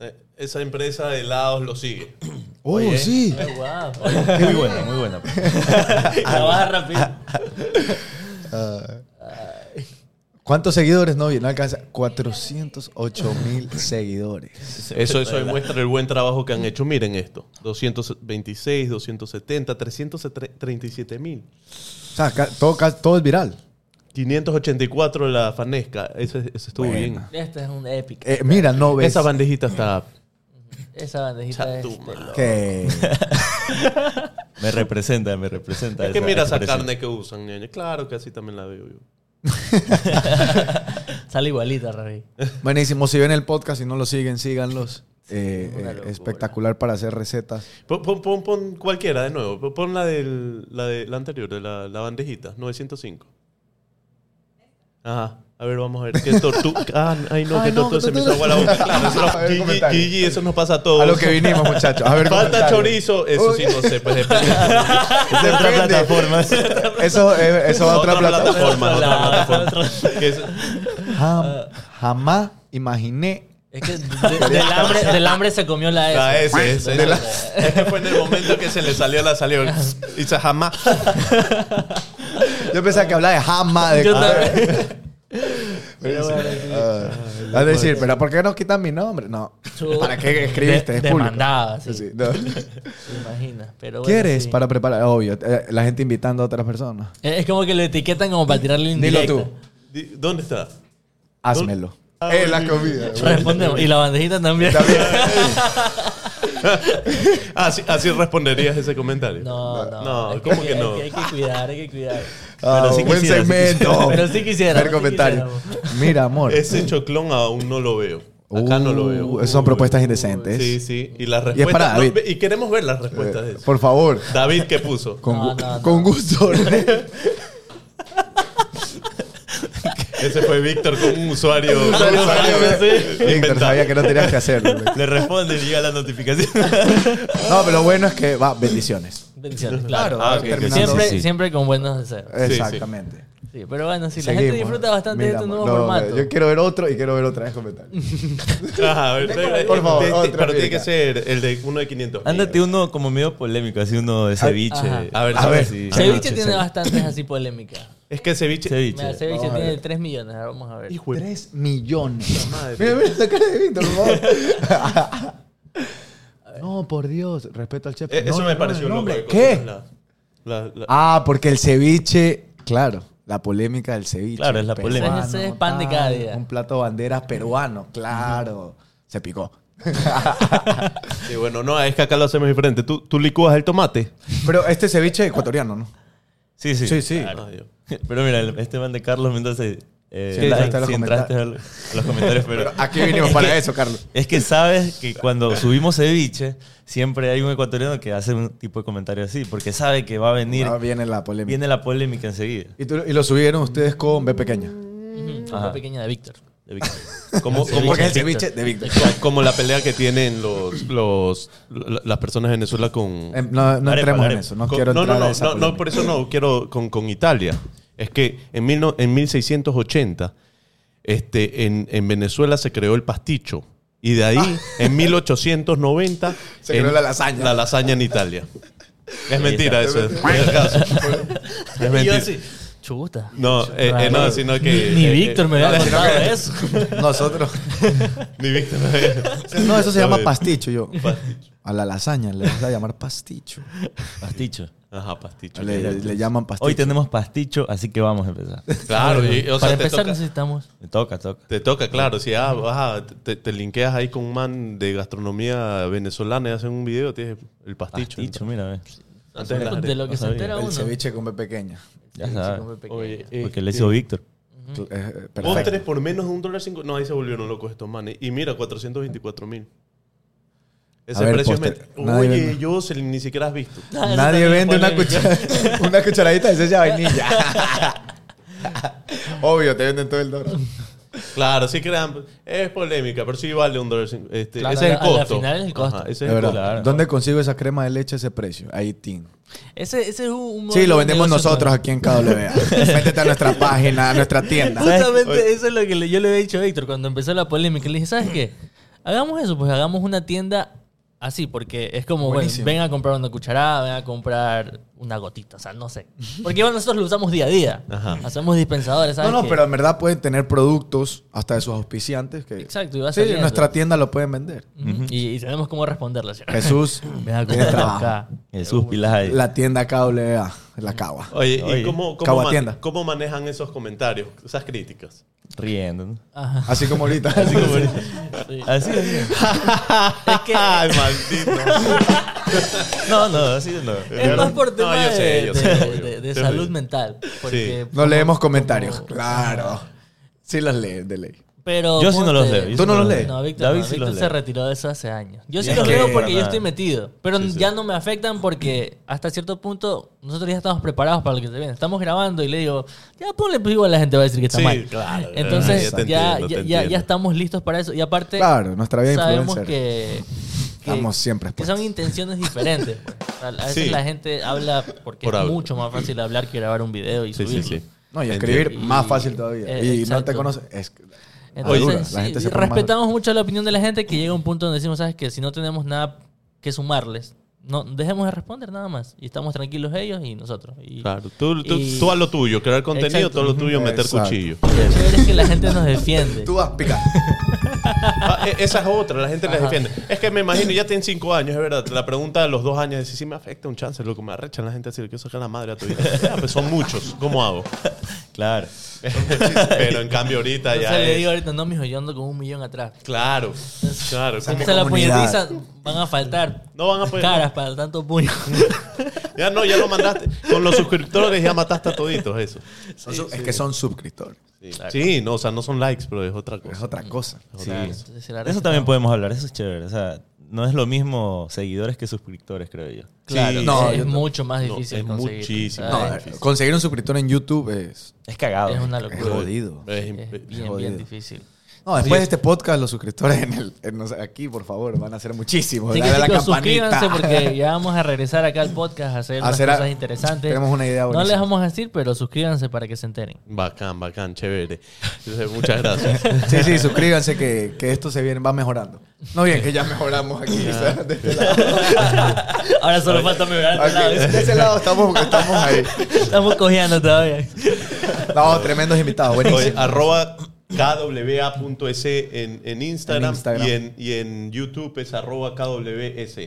Speaker 2: Eh, Esa empresa de helados lo sigue.
Speaker 1: Oh,
Speaker 2: Oye.
Speaker 1: sí.
Speaker 3: Ay, guau.
Speaker 4: *laughs* Muy buena, muy buena.
Speaker 1: *laughs*
Speaker 3: Trabaja rápido.
Speaker 1: ¿Cuántos seguidores? No, bien, no alcanza. 408 mil seguidores.
Speaker 2: Eso, eso demuestra el buen trabajo que han hecho. Miren esto: 226, 270, 337 mil.
Speaker 1: O sea, ca- todo, ca- todo es viral.
Speaker 2: 584 la fanesca. Ese, ese estuvo
Speaker 1: Buena.
Speaker 2: bien.
Speaker 3: Esta es un epic.
Speaker 1: Eh, mira, no ves.
Speaker 2: Esa bandejita está.
Speaker 3: Esa bandejita es este.
Speaker 2: Chatuma.
Speaker 3: de lo-
Speaker 1: que-
Speaker 4: Me representa, me representa.
Speaker 2: Es que
Speaker 4: esa-
Speaker 2: mira esa
Speaker 4: expresión.
Speaker 2: carne que usan, ñaña. Claro que así también la veo yo.
Speaker 3: Sale igualita, Ravi.
Speaker 1: Buenísimo. Si ven el podcast y no lo siguen, síganlos. Eh,
Speaker 3: una
Speaker 1: eh,
Speaker 3: locura.
Speaker 1: espectacular para hacer recetas.
Speaker 2: Pon, pon- pon- pon cualquiera de nuevo. Pon- Pon la, del, la, de, la anterior, de la, la bandejita, 905. Ajá. A ver, vamos a ver. ¿Qué tortuga? Ah, ay, no,
Speaker 1: Ay,
Speaker 2: que
Speaker 1: no,
Speaker 2: tortuga.
Speaker 1: que
Speaker 2: Se me hizo
Speaker 1: tortuga.
Speaker 2: agua la boca. Claro, eso,
Speaker 1: A ver,
Speaker 2: Gigi,
Speaker 1: comentario.
Speaker 2: Gigi, eso nos pasa a todos.
Speaker 1: A lo que vinimos, muchachos. A ver,
Speaker 2: Falta
Speaker 1: comentarios.
Speaker 2: chorizo. Eso sí,
Speaker 1: Uy.
Speaker 2: no sé. Pues depende.
Speaker 4: De otra
Speaker 1: Depende.
Speaker 4: plataforma.
Speaker 1: Eso, eh, *laughs* eso va a otra, plataforma.
Speaker 2: plataforma. otra plataforma. Que es-
Speaker 1: Jam- jamás imaginé.
Speaker 3: Es que
Speaker 1: *laughs*
Speaker 3: de- del, hambre, del hambre se comió la S.
Speaker 2: La S, ese,
Speaker 3: De la-
Speaker 2: Es que fue en el momento que se le salió la salió. Y se jamás.
Speaker 1: Yo pensaba que hablaba de jamás. De
Speaker 3: Yo
Speaker 1: Ah,
Speaker 3: también.
Speaker 1: *laughs* pero sí. Ah, vas a decir, pero ¿por qué nos quitan mi nombre? No.
Speaker 3: Chu-
Speaker 1: *laughs* ¿Para qué escribiste?
Speaker 3: De-
Speaker 1: Es público.
Speaker 3: demandada, sí.
Speaker 1: Sí, no.
Speaker 3: Te imaginas. Pero bueno,
Speaker 1: ¿Quieres
Speaker 3: sí.
Speaker 1: para preparar? Obvio, eh, la gente invitando a otras personas.
Speaker 3: Es es como que lo etiquetan como para tirarle indirecta.
Speaker 1: Dilo tú.
Speaker 2: Di- ¿Dónde está?
Speaker 1: Házmelo. Eh, la comida.
Speaker 3: Respondemos. Y la bandejita también.
Speaker 2: Así, Ah, así responderías ese comentario.
Speaker 3: No, no.
Speaker 2: No,
Speaker 3: Es
Speaker 2: ¿cómo que
Speaker 3: hay
Speaker 2: no?
Speaker 3: Hay que cuidar, hay que cuidar.
Speaker 1: Ah,
Speaker 4: Pero sí
Speaker 1: buen
Speaker 4: quisiera, sí
Speaker 1: segmento.
Speaker 3: quisiera. Pero sí quisiera,
Speaker 1: Ver
Speaker 3: sí
Speaker 1: comentario. Mira, amor.
Speaker 2: Ese choclón aún no lo veo. Acá no lo veo.
Speaker 1: Uh, esas son
Speaker 2: Uy,
Speaker 1: propuestas
Speaker 2: uy,
Speaker 1: indecentes.
Speaker 2: Sí, sí. Y las
Speaker 1: Y es
Speaker 2: respuestas.
Speaker 1: para
Speaker 2: no,
Speaker 1: David.
Speaker 2: y queremos ver las respuestas de
Speaker 1: Eh,
Speaker 2: eso.
Speaker 1: por favor.
Speaker 2: David,
Speaker 1: *laughs*
Speaker 2: ¿qué puso?
Speaker 1: Con,
Speaker 3: No,
Speaker 1: gu-
Speaker 3: no, no.
Speaker 1: con gusto.
Speaker 2: *laughs* Ese fue Víctor con un
Speaker 1: *laughs*
Speaker 2: usuario.
Speaker 1: Víctor,
Speaker 2: Inventado.
Speaker 1: sabía que no tenías que
Speaker 2: *laughs*
Speaker 1: hacerlo. güey.
Speaker 4: Le responde y llega la notificación.
Speaker 1: No, pero lo bueno es que va, bendiciones.
Speaker 3: Bendiciones, claro.
Speaker 2: Ah, ok,
Speaker 1: terminando-
Speaker 3: Siempre,
Speaker 4: sí.
Speaker 3: siempre con buenos deseos.
Speaker 2: sí.
Speaker 1: Exactamente.
Speaker 3: Sí, pero bueno, sí, la gente
Speaker 1: Seguimos.
Speaker 3: disfruta bastante
Speaker 1: Mira,
Speaker 3: de este
Speaker 1: mo-
Speaker 3: nuevo
Speaker 1: no,
Speaker 3: formato.
Speaker 1: Yo quiero ver otro y quiero ver otra vez comentarios.
Speaker 2: Ajá, a ver, eh,
Speaker 1: Por favor,
Speaker 2: eh,
Speaker 1: otro,
Speaker 2: Pero tiene
Speaker 1: mira.
Speaker 2: que ser el de uno de 500.
Speaker 4: Ándate uno como medio polémico, así uno de ceviche.
Speaker 3: ajá.
Speaker 2: A ver,
Speaker 1: A
Speaker 2: a
Speaker 1: ver.
Speaker 2: ver.
Speaker 3: Ceviche tiene bastantes así polémicas.
Speaker 2: Es que ceviche.
Speaker 4: Ceviche.
Speaker 3: Mira, Ceviche
Speaker 1: Vamos a
Speaker 3: tiene
Speaker 1: ver.
Speaker 3: 3 millones, ahora vamos a
Speaker 2: *laughs*
Speaker 3: ver.
Speaker 2: Hijo de-
Speaker 1: Tres millones.
Speaker 2: madre.
Speaker 1: Mira, mira la cara de Víctor, por
Speaker 2: *laughs*
Speaker 1: favor. *laughs* No, por Dios, respeto al chef.
Speaker 2: Eh,
Speaker 1: No,
Speaker 2: Eso
Speaker 1: no,
Speaker 2: me
Speaker 1: no,
Speaker 2: pareció
Speaker 1: el
Speaker 2: loco.
Speaker 1: nombre.
Speaker 2: de cosas,
Speaker 1: ¿Qué?
Speaker 2: la- la- la-
Speaker 1: Ah, porque el ceviche, claro, la polémica del ceviche.
Speaker 4: Claro, es la polémica.
Speaker 1: peruano,
Speaker 3: Ese es pan de cada día.
Speaker 1: Un plato bandera peruano, claro. Se picó.
Speaker 2: Sí, bueno, no, es que acá lo hacemos diferente. Tú, tú licúas el tomate.
Speaker 1: Pero este ceviche ecuatoriano, ¿no?
Speaker 4: Sí, sí.
Speaker 1: Sí, sí.
Speaker 4: Claro.
Speaker 2: Ah, Dios.
Speaker 4: Pero mira, el- este man de Carlos Mendoza. Eh,
Speaker 1: Sí,
Speaker 4: like,
Speaker 1: entraste a los
Speaker 4: sí, entraste al- a los, comentarios, pero.
Speaker 1: Pero aquí vinimos para eso, Carlos.
Speaker 4: Es que sabes que cuando subimos ceviche, siempre hay un ecuatoriano que hace un tipo de comentario así, porque sabe que va a venir,
Speaker 1: Ah, viene la polémica.
Speaker 4: viene la polémica enseguida.
Speaker 1: ¿Y, tú- y lo subieron ustedes con B pequeña.
Speaker 3: Ujú,
Speaker 4: Ajá.
Speaker 3: La pequeña de Víctor.
Speaker 4: de Víctor.
Speaker 2: Como,
Speaker 1: Porque
Speaker 2: como,
Speaker 1: es el ceviche de Víctor.
Speaker 2: co- como la pelea que tienen los, los, la- las personas de Venezuela con.
Speaker 1: Em, No, no
Speaker 4: Arepa,
Speaker 1: entremos en
Speaker 4: arepa.
Speaker 1: eso. No
Speaker 2: con-
Speaker 1: quiero
Speaker 2: no,
Speaker 1: entrar
Speaker 2: no,
Speaker 1: a
Speaker 2: no,
Speaker 1: esa
Speaker 2: no, no,
Speaker 1: polémica.
Speaker 2: por eso no quiero con, con Italia. Es que en, mil no- en 1680, este, en, en Venezuela se creó el pasticho. Y de ahí, en 1890,
Speaker 1: Ah. *laughs* Se creó
Speaker 2: en-
Speaker 1: la lasaña.
Speaker 2: La lasaña en Italia. Es mentira, eso es.
Speaker 1: Es
Speaker 2: Es
Speaker 3: Y yo
Speaker 2: mentira.
Speaker 3: así, chuta.
Speaker 2: No, eh, eh, no, sino que.
Speaker 3: Ni
Speaker 2: eh,
Speaker 3: Víctor
Speaker 2: eh,
Speaker 3: me había
Speaker 2: no, sino
Speaker 3: contado
Speaker 2: que-
Speaker 3: eso.
Speaker 1: *laughs* Nosotros.
Speaker 2: Ni Víctor me había-
Speaker 1: No, eso
Speaker 4: *laughs*
Speaker 1: se llama
Speaker 2: Oye,
Speaker 1: pasticho yo. A la lasaña le vas a llamar pasticho.
Speaker 4: Pasticho.
Speaker 2: Ajá, pasticho.
Speaker 1: Le, le llaman pasticho.
Speaker 4: Hoy tenemos pasticho, así que vamos a empezar.
Speaker 2: Claro, y, o sea,
Speaker 3: Para
Speaker 2: te
Speaker 3: empezar
Speaker 2: toca-
Speaker 3: necesitamos...
Speaker 4: Me toca, toca.
Speaker 2: Te toca, claro. Si ah, vas a- te, te linkeas ahí con un man de gastronomía venezolana y hacen un video, tienes el pasticho.
Speaker 4: Pasticho, mira, ve.
Speaker 2: Antes de las
Speaker 3: De lo que se
Speaker 4: no sabía. ah.
Speaker 3: entera uno.
Speaker 1: el ceviche con B pequeña.
Speaker 4: Ya
Speaker 3: Sí,
Speaker 4: sabes.
Speaker 3: come pequeño.
Speaker 2: Oye, eh,
Speaker 4: Porque le hizo Víctor.
Speaker 1: Cl- eh,
Speaker 2: Postres
Speaker 1: Perfecto.
Speaker 2: por menos de un dólar cinco. No, ahí se volvieron locos estos manes. Y mira, 424 mil. Ese
Speaker 1: A ver,
Speaker 2: precio es
Speaker 1: postre.
Speaker 2: met-
Speaker 1: Nadie vende.
Speaker 2: Oye, yo se- ni siquiera has visto.
Speaker 3: *laughs* Ah,
Speaker 1: Nadie
Speaker 3: eso también
Speaker 1: vende una,
Speaker 3: polémico.
Speaker 1: cuchara- una cucharadita de esencia de
Speaker 3: *laughs*
Speaker 1: vainilla. Obvio, te venden todo el dólar.
Speaker 2: Claro, sí crean. Es polémica, pero sí vale un dólar cinco. Este,
Speaker 3: Claro,
Speaker 2: ese es el
Speaker 3: a la- a la
Speaker 2: costo.
Speaker 3: final es el costo.
Speaker 2: Ajá, ese
Speaker 1: De
Speaker 2: es el
Speaker 1: verdad.
Speaker 2: costo.
Speaker 4: Claro.
Speaker 1: ¿Dónde consigo esa crema de leche a ese precio? Ahí, Tim.
Speaker 3: Ese, ese es un...
Speaker 1: Sí, lo vendemos
Speaker 3: negocio
Speaker 1: nosotros aquí en
Speaker 3: *laughs*
Speaker 1: KWA. Métete a nuestra página, a nuestra tienda.
Speaker 3: Justamente
Speaker 2: Oye.
Speaker 3: eso es lo que le- yo le había dicho a Víctor cuando empezó la polémica. Le dije, ¿sabes qué? Hagamos eso, pues hagamos una tienda así, porque es como, bueno,
Speaker 1: Buenísimo.
Speaker 3: ven a comprar una cucharada, ven a comprar una gotita, o sea, no sé. Porque bueno, nosotros lo usamos día a día.
Speaker 2: Ajá.
Speaker 3: Hacemos dispensadores,
Speaker 1: No,
Speaker 3: ¿sabes?
Speaker 1: no,
Speaker 3: qué?
Speaker 1: pero en verdad pueden tener productos hasta de sus auspiciantes. Que,
Speaker 3: Exacto, y va
Speaker 1: Sí,
Speaker 3: saliendo.
Speaker 1: en nuestra tienda lo pueden vender.
Speaker 3: Ujú. y, y sabemos cómo responderla, ¿sí?
Speaker 1: Jesús,
Speaker 3: *laughs* Ven a
Speaker 1: tienes
Speaker 3: comprar
Speaker 1: trabajo.
Speaker 2: *laughs*
Speaker 3: acá.
Speaker 4: Jesús, pilas ahí.
Speaker 1: La tienda KWA, la cava.
Speaker 2: Oye, ¿y
Speaker 4: Oye.
Speaker 2: cómo, cómo,
Speaker 1: Cabo
Speaker 2: man-
Speaker 1: tienda.
Speaker 2: cómo manejan esos comentarios, esas críticas?
Speaker 4: Riendo. ¿no?
Speaker 3: Ajá.
Speaker 1: Así como ahorita. *laughs*
Speaker 2: Así como-
Speaker 3: Sí.
Speaker 4: Así, así.
Speaker 3: Es que
Speaker 2: Ay, maldito.
Speaker 4: No, no, así no.
Speaker 3: es más por
Speaker 2: No,
Speaker 3: tema
Speaker 2: yo sé,
Speaker 3: de-
Speaker 2: yo
Speaker 3: de-
Speaker 2: sé,
Speaker 3: de-
Speaker 2: obvio.
Speaker 3: de- de
Speaker 2: Yo
Speaker 3: salud
Speaker 2: sé.
Speaker 3: mental. Porque
Speaker 1: No leemos comentarios. Claro. Sí las leen de ley.
Speaker 3: Pero
Speaker 4: Yo sí no los
Speaker 3: ponte-
Speaker 4: leo, yo
Speaker 1: ¿Tú sí no no los los lees? leo.
Speaker 3: No, Víctor,
Speaker 4: David
Speaker 3: no,
Speaker 4: sí
Speaker 3: Víctor
Speaker 4: los
Speaker 3: se
Speaker 4: lee.
Speaker 3: retiró de eso hace años. Yo sí
Speaker 4: Ya
Speaker 3: los
Speaker 4: que-
Speaker 3: leo porque yo
Speaker 4: nada.
Speaker 3: estoy metido, pero ya no me afectan porque hasta cierto punto nosotros ya estamos preparados para lo que se viene. Estamos grabando y le digo, ya ponle, pues igual la gente va a decir que está
Speaker 2: Sí,
Speaker 3: mal.
Speaker 2: claro.
Speaker 3: Entonces
Speaker 2: Ah, ya te
Speaker 3: ya,
Speaker 2: entiendo,
Speaker 3: ya,
Speaker 2: te
Speaker 3: ya- ya
Speaker 2: entiendo.
Speaker 3: estamos listos para eso. Y aparte,
Speaker 1: Claro, nuestra vida
Speaker 3: sabemos
Speaker 1: influencer.
Speaker 3: que, que-
Speaker 1: Estamos siempre
Speaker 3: que
Speaker 1: expuestos.
Speaker 3: son intenciones diferentes. pues. A a veces
Speaker 2: Sí.
Speaker 3: la gente habla porque
Speaker 2: Por
Speaker 3: es
Speaker 2: habla.
Speaker 3: mucho más fácil hablar que grabar un video y
Speaker 2: Sí, sí,
Speaker 3: subirlo.
Speaker 2: sí.
Speaker 1: No, y escribir
Speaker 3: Entiendo.
Speaker 1: más fácil todavía.
Speaker 3: Eh,
Speaker 1: y no
Speaker 3: exacto.
Speaker 1: te conoces. Es- Madura,
Speaker 3: Entonces,
Speaker 1: la gente
Speaker 3: sí,
Speaker 1: se pone más-
Speaker 3: respetamos mucho la opinión de la gente que llega a un punto donde decimos, ¿sabes qué? Si no tenemos nada que sumarles, no dejemos de responder nada más. Y estamos tranquilos ellos y nosotros. Y
Speaker 2: Claro, tú, tú,
Speaker 3: Y-
Speaker 2: tú a lo tuyo, crear contenido,
Speaker 3: Exacto.
Speaker 2: todo lo tuyo, meter
Speaker 1: Exacto.
Speaker 2: cuchillo.
Speaker 3: lo chévere es que la gente
Speaker 2: *laughs*
Speaker 3: nos defiende.
Speaker 1: Tú vas a
Speaker 3: *laughs*
Speaker 1: picar.
Speaker 2: Ah, e- esa es otra, la gente la defiende. Es que me imagino, ya tienen cinco años, es verdad. La pregunta de los dos años es si Ah, sí me afecta un chance, loco, me arrechan la gente así, le quiero sacar la madre a tu vida. pues son muchos, ¿cómo hago? *laughs*
Speaker 4: Claro.
Speaker 2: Pero en cambio ahorita
Speaker 3: Entonces
Speaker 2: ya
Speaker 3: le
Speaker 2: es-
Speaker 3: digo ahorita, no, mijo, yo ando con un millón atrás.
Speaker 2: Claro, claro. ¿cómo-
Speaker 3: Se la
Speaker 1: comunidad.
Speaker 3: puñetiza, van a faltar
Speaker 2: No van a poder.
Speaker 3: caras para tanto
Speaker 2: *laughs*
Speaker 3: puño.
Speaker 2: Ya no, ya lo mandaste. Con los suscriptores ya mataste a toditos eso.
Speaker 1: Son su- es que son suscriptores.
Speaker 2: Sí. Sí, no, o sea, no son likes, pero es otra
Speaker 1: Es
Speaker 2: cosa.
Speaker 1: otra cosa.
Speaker 4: Sí.
Speaker 3: *laughs* Entonces, la
Speaker 4: De Eso también podemos hablar, eso es chévere. O sea, no es lo mismo seguidores que suscriptores, creo yo.
Speaker 3: Claro,
Speaker 2: Sí.
Speaker 1: No,
Speaker 3: es
Speaker 1: yo-
Speaker 3: mucho más
Speaker 2: no,
Speaker 3: difícil
Speaker 2: es
Speaker 3: conseguir.
Speaker 2: muchísimo.
Speaker 1: No,
Speaker 3: ¿sabes?
Speaker 2: Ay,
Speaker 1: eh, conseguir un suscriptor en YouTube es,
Speaker 4: Es cagado.
Speaker 3: Es una
Speaker 1: es
Speaker 3: locura.
Speaker 1: jodido.
Speaker 2: Es
Speaker 3: Es
Speaker 2: imp-
Speaker 3: bien,
Speaker 1: jodido.
Speaker 3: bien difícil.
Speaker 1: No, después de este podcast, los suscriptores en el, en- o sea, aquí, por favor, van a ser muchísimos.
Speaker 3: Así que
Speaker 1: Dale a la
Speaker 3: chicos,
Speaker 1: campanita. *laughs*
Speaker 3: suscríbanse porque ya vamos a regresar acá al podcast a hacer unas
Speaker 1: Hacer a-
Speaker 3: cosas interesantes.
Speaker 1: tenemos una idea
Speaker 3: No
Speaker 1: buenísima.
Speaker 3: les vamos a decir, pero suscríbanse para que se enteren.
Speaker 2: Bacán, bacán, chévere. Entonces, muchas gracias.
Speaker 1: Sí, sí, suscríbanse que, que esto se viene, va mejorando. No bien, que ya mejoramos
Speaker 3: *laughs*
Speaker 1: aquí. o sea, de, este lado.
Speaker 3: Ahora solo falta mejorar
Speaker 1: Ok, de ese lado estamos, estamos ahí.
Speaker 3: Estamos cojeando todavía.
Speaker 1: No, tremendos invitados, *laughs*
Speaker 2: Oye,
Speaker 1: buenísimo.
Speaker 2: arroba kwa.es en, en Instagram,
Speaker 1: En Instagram.
Speaker 2: Y, en, y en YouTube es arroba kws.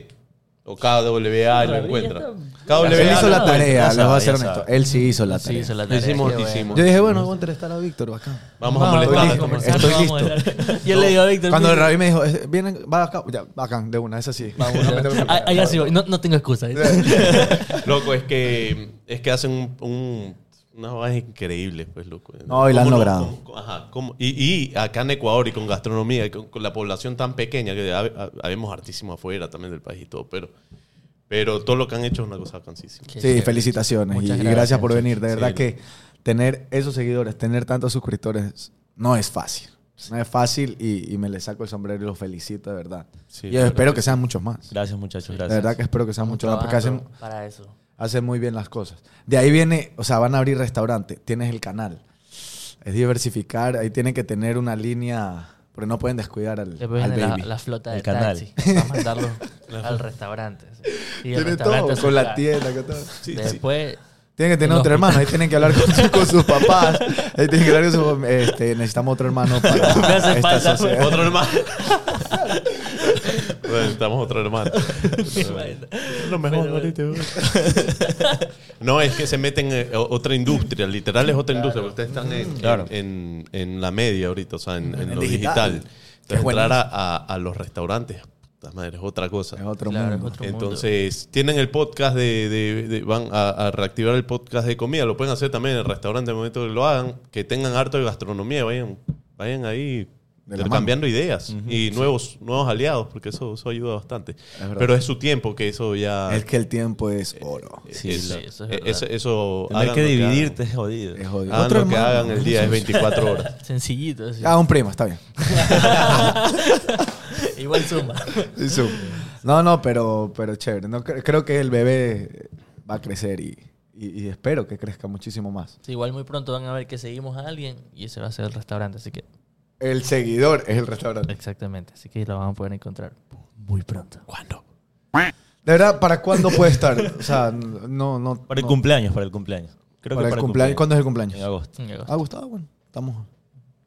Speaker 2: O kwa lo
Speaker 3: Maravilla,
Speaker 2: encuentra.
Speaker 3: está-
Speaker 2: KWA
Speaker 1: Él hizo la
Speaker 2: lo
Speaker 1: tarea,
Speaker 4: ya
Speaker 1: les voy a
Speaker 4: sabe,
Speaker 1: ser
Speaker 4: ya
Speaker 1: honesto.
Speaker 4: sabe.
Speaker 1: Él sí hizo la
Speaker 3: Sí,
Speaker 1: tarea.
Speaker 3: hizo la tarea.
Speaker 2: Hicimos,
Speaker 3: qué bueno.
Speaker 2: hicimos.
Speaker 1: Yo dije, bueno, voy a entrevistar a Víctor acá.
Speaker 2: Vamos a
Speaker 1: Estoy
Speaker 2: molestar.
Speaker 1: listo,
Speaker 2: vamos a
Speaker 3: conversar,
Speaker 1: estoy
Speaker 3: vamos a
Speaker 1: listo.
Speaker 3: hablar. Yo le digo a Víctor.
Speaker 1: Cuando el
Speaker 3: mira,
Speaker 1: Rabí me dijo, eh, vienen, va acá, ya, bacán, de una, esa sí.
Speaker 3: vamos,
Speaker 1: No me
Speaker 3: ya.
Speaker 1: tengo que
Speaker 3: Ah,
Speaker 1: preocupar.
Speaker 3: ah, ya sí voy. No, no tengo excusa. ¿eh?
Speaker 2: Loco, es que, es que hacen un, un, unas vainas increíbles, pues, loco.
Speaker 1: No, y la
Speaker 2: ¿Cómo
Speaker 1: han
Speaker 2: no?
Speaker 1: logrado.
Speaker 2: ¿Cómo- cómo- ajá, cómo? Y, y acá en Ecuador y con gastronomía, y con, con la población tan pequeña, que hab- hab- habemos artísimos afuera también del país y todo, pero, pero todo lo que han hecho es una cosa cansísima.
Speaker 1: Sí, felicitaciones y y
Speaker 3: Muchas
Speaker 1: gracias,
Speaker 3: gracias,
Speaker 1: por venir. De
Speaker 2: Sí,
Speaker 1: verdad
Speaker 2: no.
Speaker 1: que tener esos seguidores, tener tantos suscriptores, no es fácil. No es fácil y, y me le saco el sombrero y los felicito, de verdad.
Speaker 2: Sí,
Speaker 1: y
Speaker 2: claro
Speaker 1: espero
Speaker 2: que
Speaker 1: que sean muchos más.
Speaker 4: Gracias, muchachos.
Speaker 1: De
Speaker 4: Gracias.
Speaker 1: verdad que espero que sean muchos más porque hacen,
Speaker 3: Trabajando Para eso.
Speaker 1: hacen muy bien las cosas. De ahí viene, o sea, van a abrir restaurante, tienes el canal. Es diversificar, ahí tienen que tener una línea, porque no pueden descuidar al,
Speaker 3: Después
Speaker 1: al
Speaker 3: viene la,
Speaker 1: baby.
Speaker 3: la flota
Speaker 4: El
Speaker 3: de
Speaker 4: canal.
Speaker 3: taxi. Para
Speaker 1: *laughs*
Speaker 3: mandarlo al restaurante. sí. Y el
Speaker 1: Tienen
Speaker 3: restaurante a
Speaker 1: todo,
Speaker 3: su
Speaker 1: con la
Speaker 3: casa.
Speaker 1: tienda, con
Speaker 3: *laughs*
Speaker 1: todo.
Speaker 3: Después,
Speaker 1: Tienen que tener otro
Speaker 3: El hospital.
Speaker 1: hermano, ahí tienen que hablar con, su- con sus papás, ahí tienen que hablar con su, este, necesitamos otro
Speaker 3: *laughs*
Speaker 1: hermano para
Speaker 3: Me hace
Speaker 1: esta
Speaker 3: falta, pues,
Speaker 1: sociedad.
Speaker 2: Otro hermano. Bueno, Necesitamos otro *laughs* hermano. Lo mejor, *laughs* No, es que se meten en otra industria, literal es otra industria, porque ustedes están en,
Speaker 4: Claro.
Speaker 2: en, en la media ahorita, o sea, en, en
Speaker 1: En
Speaker 2: lo
Speaker 1: digital.
Speaker 2: digital.
Speaker 1: Que es
Speaker 2: Entonces, entrar a, a- a los restaurantes, puta madre, es otra cosa.
Speaker 1: Es otro
Speaker 3: Claro,
Speaker 1: mundo.
Speaker 3: es otro mundo.
Speaker 2: Entonces, tienen el podcast de, de- de- van a, a reactivar el podcast de comida, lo pueden hacer también en el restaurante en el momento que lo hagan, que tengan harto de gastronomía, vayan, vayan ahí
Speaker 1: De la
Speaker 2: intercambiando ideas y nuevos, nuevos aliados, porque eso, eso ayuda bastante.
Speaker 1: verdad.
Speaker 2: Pero es su tiempo que eso ya
Speaker 1: Es que el tiempo es oro.
Speaker 4: Sí,
Speaker 2: es-
Speaker 3: sí, eso es
Speaker 2: eh,
Speaker 3: verdad.
Speaker 2: eso, eso
Speaker 4: Tener
Speaker 2: hagan
Speaker 4: que
Speaker 2: lo hagan.
Speaker 4: dividirte es jodido.
Speaker 1: Es jodido.
Speaker 2: Hagan
Speaker 1: Otro
Speaker 2: lo que
Speaker 1: hermano.
Speaker 2: hagan el día, es 24 horas.
Speaker 3: sencillito. así.
Speaker 1: Ah, un primo, está bien.
Speaker 3: *laughs* Igual suma.
Speaker 1: Sí, sí. No, no, pero, pero chévere. No, cre- creo que el bebé va a crecer y, y- y espero que crezca muchísimo más.
Speaker 3: Sí, igual muy pronto van a ver que seguimos a alguien y ese va a ser el restaurante. Así que,
Speaker 1: El seguidor es el restaurante.
Speaker 3: exactamente. Así que lo van a poder encontrar muy pronto. ¿Cuándo?
Speaker 1: De verdad, ¿para cuándo puede estar? O sea, no, no.
Speaker 4: Para el
Speaker 1: no.
Speaker 4: cumpleaños, para el cumpleaños. Creo
Speaker 1: Para
Speaker 4: que
Speaker 1: el cumpleaños. ¿Cuándo es el cumpleaños?
Speaker 4: En agosto.
Speaker 1: Ah, Gustavo, bueno, estamos.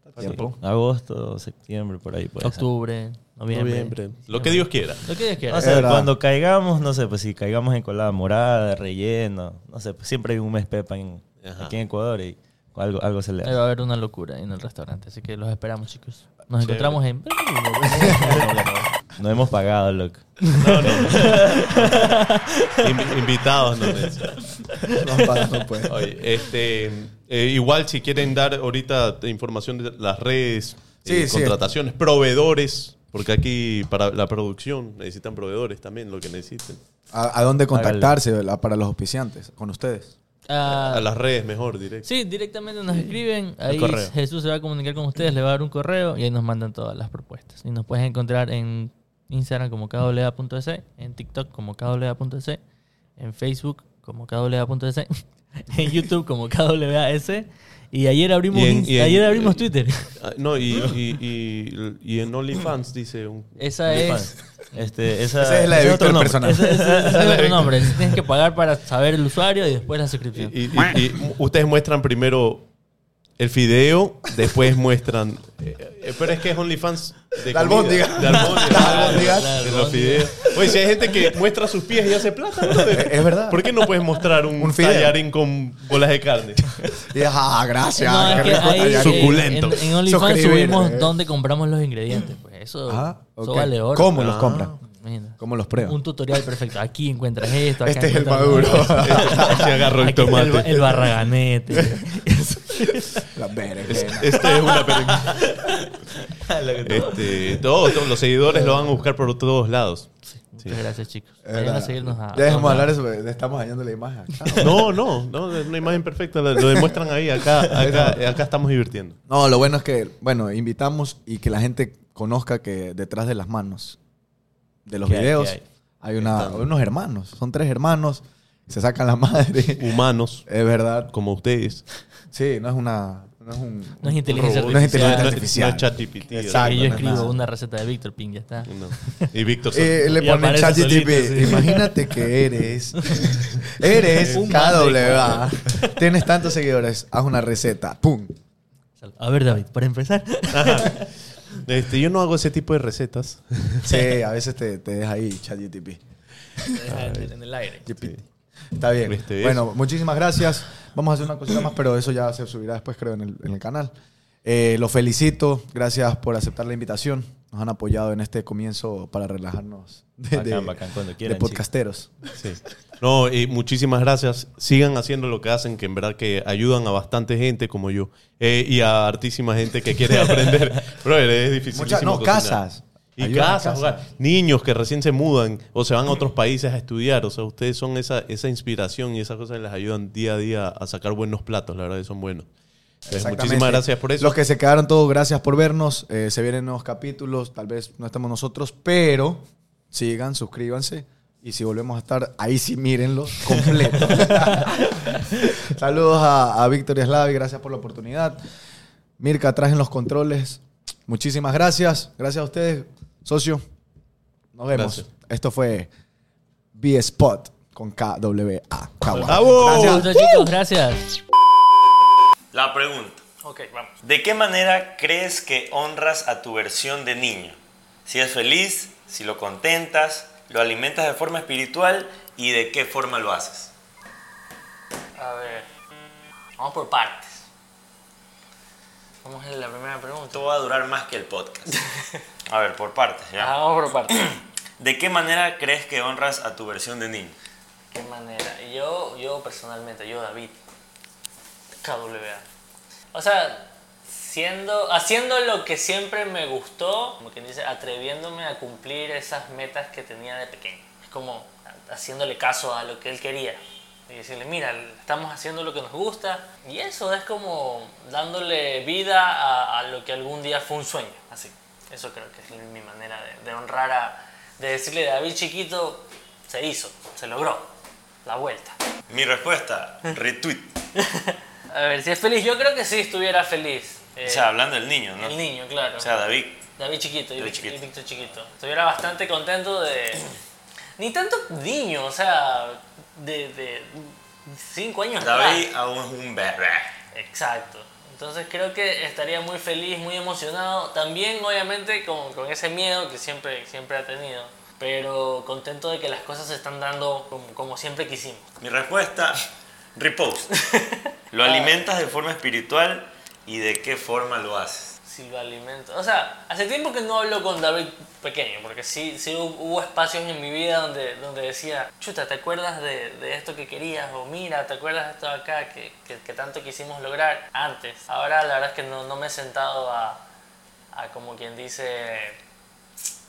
Speaker 1: a tiempo.
Speaker 4: *laughs* Agosto, septiembre, por ahí. puede ser.
Speaker 3: Octubre, noviembre.
Speaker 2: Noviembre. Lo que Dios quiera.
Speaker 3: Lo que Dios quiera.
Speaker 4: No sé,
Speaker 1: Era-
Speaker 4: cuando caigamos, no sé, pues si caigamos en colada morada, relleno, no sé, pues siempre hay un mes pepa en-
Speaker 2: Ajá.
Speaker 4: aquí en Ecuador y algo, algo se le
Speaker 3: Ahí
Speaker 4: hace.
Speaker 3: va a haber una locura en el restaurante. Así que los esperamos, chicos. Nos
Speaker 2: Chévere.
Speaker 3: encontramos *laughs* en.
Speaker 4: No hemos pagado, loco.
Speaker 2: No, no. Invi- invitados, no necesito.
Speaker 1: No, para- no puede.
Speaker 2: Oye, este, eh, igual si quieren dar ahorita información de las redes,
Speaker 1: Sí,
Speaker 2: eh,
Speaker 1: sí.
Speaker 2: contrataciones, proveedores, porque aquí para la producción necesitan proveedores también, lo que necesiten.
Speaker 1: ¿A, a dónde contactarse la- para los auspiciantes? Con ustedes.
Speaker 3: *laughs* Ah,
Speaker 2: A las redes mejor, directo.
Speaker 3: Sí, directamente nos escriben. Ahí
Speaker 4: correo.
Speaker 3: Jesús se va a comunicar con ustedes, le va a dar un correo y ahí nos mandan todas las propuestas. Y nos puedes encontrar en Instagram como kwea.es, en TikTok como kwea.es, en Facebook como kwea.es, *laughs* en YouTube como kwas. Y ayer abrimos,
Speaker 2: Y en-
Speaker 3: Inst-
Speaker 2: y en-
Speaker 3: ayer abrimos
Speaker 2: eh, *laughs*
Speaker 3: Twitter.
Speaker 2: Ah, No,
Speaker 3: *laughs*
Speaker 2: y, y, y, y en OnlyFans dice un...
Speaker 3: Esa es.
Speaker 4: Este, esa,
Speaker 1: Esa es la de
Speaker 4: ese
Speaker 1: Víctor
Speaker 4: otro nombre.
Speaker 1: personal.
Speaker 3: Ese ese- ese es
Speaker 2: *laughs*
Speaker 3: otro nombre. Tienes que pagar para saber el usuario y después la
Speaker 2: Y,
Speaker 3: suscripción.
Speaker 2: y- y- y mu- ustedes muestran primero el fideo, después muestran... eh, eh, pero es que es OnlyFans de
Speaker 1: La
Speaker 2: comida,
Speaker 1: albóndiga.
Speaker 2: De albóndiga.
Speaker 1: Las albóndigas.
Speaker 5: La
Speaker 2: De los
Speaker 5: albóndiga.
Speaker 2: fideos. Oye, si hay gente que muestra sus pies y hace
Speaker 1: *laughs*
Speaker 2: plata, brother.
Speaker 1: Es verdad.
Speaker 2: ¿Por qué no puedes mostrar un,
Speaker 1: Un fideo.
Speaker 2: tallarín con bolas de
Speaker 1: *laughs*
Speaker 2: carne?
Speaker 1: Y, ah, gracias.
Speaker 5: No,
Speaker 1: qué
Speaker 5: es que
Speaker 1: rico
Speaker 5: ahí,
Speaker 1: tallarín.
Speaker 2: Suculento. Suculentos.
Speaker 5: En, en OnlyFans
Speaker 1: Suscribir,
Speaker 5: subimos
Speaker 1: eh.
Speaker 5: dónde compramos los ingredientes. Pues eso,
Speaker 1: Ah,
Speaker 5: eso
Speaker 1: ok.
Speaker 5: vale oro. pues. Ah,
Speaker 1: ¿Cómo
Speaker 3: Ah.
Speaker 1: los compran?
Speaker 5: Imagina.
Speaker 1: ¿Cómo los prueban?
Speaker 5: Un tutorial perfecto. Aquí encuentras esto. acá
Speaker 1: Este es el
Speaker 5: encuentras
Speaker 1: maduro.
Speaker 5: lo
Speaker 2: *laughs*
Speaker 5: otro.
Speaker 2: Se agarró el
Speaker 5: Aquí está el, ba-
Speaker 2: tomate.
Speaker 5: el
Speaker 1: *laughs*
Speaker 5: barraganete.
Speaker 1: La berenjena.
Speaker 2: Este es una película. Este, todos, todos los seguidores lo van a buscar por todos lados.
Speaker 5: Muchas gracias, chicos.
Speaker 1: Es
Speaker 5: Vayan a
Speaker 1: verdad.
Speaker 5: seguirnos a.
Speaker 1: Ya dejemos
Speaker 5: a-
Speaker 1: hablar eso, porque le estamos dañando la imagen acá.
Speaker 2: No, no, no, es una imagen perfecta. Lo, lo demuestran ahí. Acá, acá, acá estamos divirtiendo.
Speaker 1: No, lo bueno es que, bueno, invitamos y que la gente conozca que detrás de las manos de los
Speaker 4: ¿Qué hay,
Speaker 1: videos
Speaker 4: qué
Speaker 1: hay,
Speaker 4: hay?
Speaker 1: una-
Speaker 4: Están-
Speaker 1: unos hermanos. Son tres hermanos, se sacan la madre.
Speaker 2: Humanos,
Speaker 1: Es verdad.
Speaker 2: como ustedes.
Speaker 1: Sí, no es una. No es un.
Speaker 5: No es inteligencia
Speaker 1: No es
Speaker 5: artificial.
Speaker 1: inteligencia
Speaker 2: No es-
Speaker 1: artificial.
Speaker 2: no es ChatGPT,
Speaker 1: Exacto,
Speaker 5: Y yo
Speaker 1: no es nada.
Speaker 5: escribo una receta de Víctor Ping, ya está.
Speaker 2: No. *laughs* Y Víctor
Speaker 1: Eh, le
Speaker 5: Y
Speaker 1: ponen
Speaker 5: aparece
Speaker 1: ChatGTP.
Speaker 5: solito, sí.
Speaker 1: Imagínate
Speaker 5: *laughs*
Speaker 1: que eres. Eres
Speaker 5: Un
Speaker 1: KWA. Tienes tantos seguidores. Haz una receta. ¡Pum!
Speaker 5: A ver, David, para
Speaker 1: *laughs*
Speaker 5: empezar.
Speaker 2: Este, yo no hago ese tipo
Speaker 1: *laughs*
Speaker 2: de recetas.
Speaker 1: Sí, a veces te, te deja ahí ChatGTP.
Speaker 5: en el aire.
Speaker 1: GPT. Está bien.
Speaker 2: Viste,
Speaker 1: bueno, muchísimas gracias. Vamos a hacer una cosita más, pero eso ya se subirá después, creo, en el, en el canal. Eh, los felicito. Gracias por aceptar la invitación. Nos han apoyado en este comienzo para relajarnos de,
Speaker 4: Bacán,
Speaker 1: de-
Speaker 4: bacán, cuando
Speaker 1: de
Speaker 4: quieran,
Speaker 1: podcasteros.
Speaker 2: Sí. No, y muchísimas gracias. Sigan haciendo lo que hacen, que en verdad que ayudan a bastante gente como yo. Eh, y a hartísima gente
Speaker 1: *laughs*
Speaker 2: que quiere aprender. Brother, es difícil.
Speaker 1: Muchas- no, casas.
Speaker 2: Y
Speaker 1: Ayudan a
Speaker 2: casas, o sea,
Speaker 1: casas.
Speaker 2: niños que recién se mudan o se van a otros países a estudiar. O sea, ustedes son esa, esa inspiración y esas cosas que les ayudan día a día a sacar buenos platos. La verdad que son buenos. Entonces,
Speaker 1: Exactamente.
Speaker 2: muchísimas gracias por eso.
Speaker 1: Los que se quedaron todos, gracias por vernos. Eh, se vienen nuevos capítulos. Tal vez no estamos nosotros, pero sigan, suscríbanse. Y si volvemos a estar, ahí sí mírenlo completo.
Speaker 2: *laughs*
Speaker 1: Saludos a, a Víctor y a Slavi, gracias por la oportunidad. Mirka, atrás en los controles. Muchísimas gracias. Gracias a ustedes, socio. Nos vemos.
Speaker 2: Gracias.
Speaker 1: Esto fue B-Spot con KWA.
Speaker 2: ¡Bravo!
Speaker 1: Gracias.
Speaker 5: Muchas chicos, gracias.
Speaker 6: La pregunta.
Speaker 3: Ok, vamos.
Speaker 6: ¿De qué manera crees que honras a tu versión de niño? Si es feliz, si lo contentas, lo alimentas de forma espiritual y de qué forma lo haces.
Speaker 3: A ver. Vamos por partes. Vamos a la primera pregunta.
Speaker 6: Esto va a durar más que
Speaker 3: *laughs*
Speaker 6: el podcast. A ver, por partes.
Speaker 3: Ajá,
Speaker 6: ¿ya?
Speaker 3: Ah, vamos por partes.
Speaker 6: *clears throat* ¿De qué manera crees que honras a tu versión de niño?
Speaker 3: ¿Qué manera? Yo, yo personalmente, yo David, KWA. O sea, siendo, haciendo lo que siempre me gustó, como quien dice, atreviéndome a cumplir esas metas que tenía de pequeño. Es como haciéndole caso a lo que él quería. Y decirle, mira, estamos haciendo lo que nos gusta. Y eso es como dándole vida a, a lo que algún día fue un sueño. Así. Eso creo que es mi manera de, de honrar a... De decirle, David chiquito, se hizo, se logró la vuelta. *laughs*
Speaker 6: Mi respuesta, retweet.
Speaker 3: A ver, si es feliz, yo creo que sí estuviera feliz. Eh,
Speaker 6: O sea, hablando del niño, ¿no?
Speaker 3: el niño, claro.
Speaker 6: O
Speaker 3: *laughs*
Speaker 6: sea, David.
Speaker 3: David chiquito, y
Speaker 6: David
Speaker 3: Vic-
Speaker 6: chiquito.
Speaker 3: y Víctor chiquito. Estuviera bastante contento de... Ni tanto niño, o sea, de, de cinco años
Speaker 6: David
Speaker 3: atrás.
Speaker 6: aún es un bebé.
Speaker 3: Exacto. Entonces creo que estaría muy feliz, muy emocionado. También, obviamente, con, con ese miedo que siempre, siempre ha tenido. Pero contento de que las cosas se están dando como, como siempre quisimos.
Speaker 6: Mi respuesta, repost. Lo alimentas de forma espiritual y de qué forma lo haces.
Speaker 3: Si lo alimento. O sea, hace tiempo que no hablo con David pequeño, porque sí, sí hu- hubo espacios en mi vida donde, donde decía, chuta, ¿te acuerdas de, de esto que querías? O mira, ¿te acuerdas de esto de acá que, que- que tanto quisimos lograr antes? Ahora la verdad es que no, no me he sentado a, a como quien dice,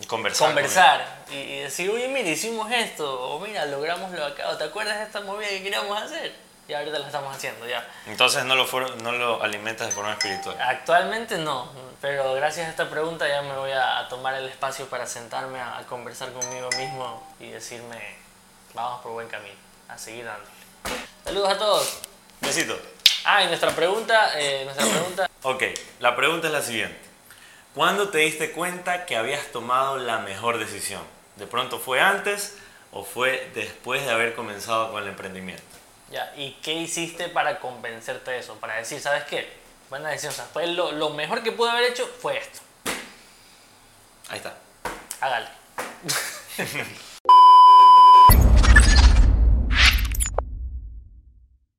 Speaker 6: Conversar. con él.
Speaker 3: conversar y, y decir, oye, mira, hicimos esto, o mira, logramos lo acá, o ¿te acuerdas de esta movida que queríamos hacer? Y ahorita la estamos haciendo, ya.
Speaker 6: Entonces no lo, for- no lo alimentas de forma espiritual.
Speaker 3: Actualmente no, pero gracias a esta pregunta ya me voy a, a tomar el espacio para sentarme a, a conversar conmigo mismo y decirme, vamos por buen camino, a seguir dándole. Saludos a todos.
Speaker 6: Besito.
Speaker 3: Ah, y nuestra pregunta, eh, nuestra pregunta,
Speaker 6: Ok, la pregunta es la siguiente. ¿Cuándo te diste cuenta que habías tomado la mejor decisión? ¿De pronto fue antes o fue después de haber comenzado con el emprendimiento?
Speaker 3: ya, ¿y qué hiciste para convencerte de eso? Para decir, ¿sabes qué? Buena decisión, o sea, fue lo, lo mejor que pude haber hecho fue esto.
Speaker 7: Ahí está.
Speaker 3: Hágale.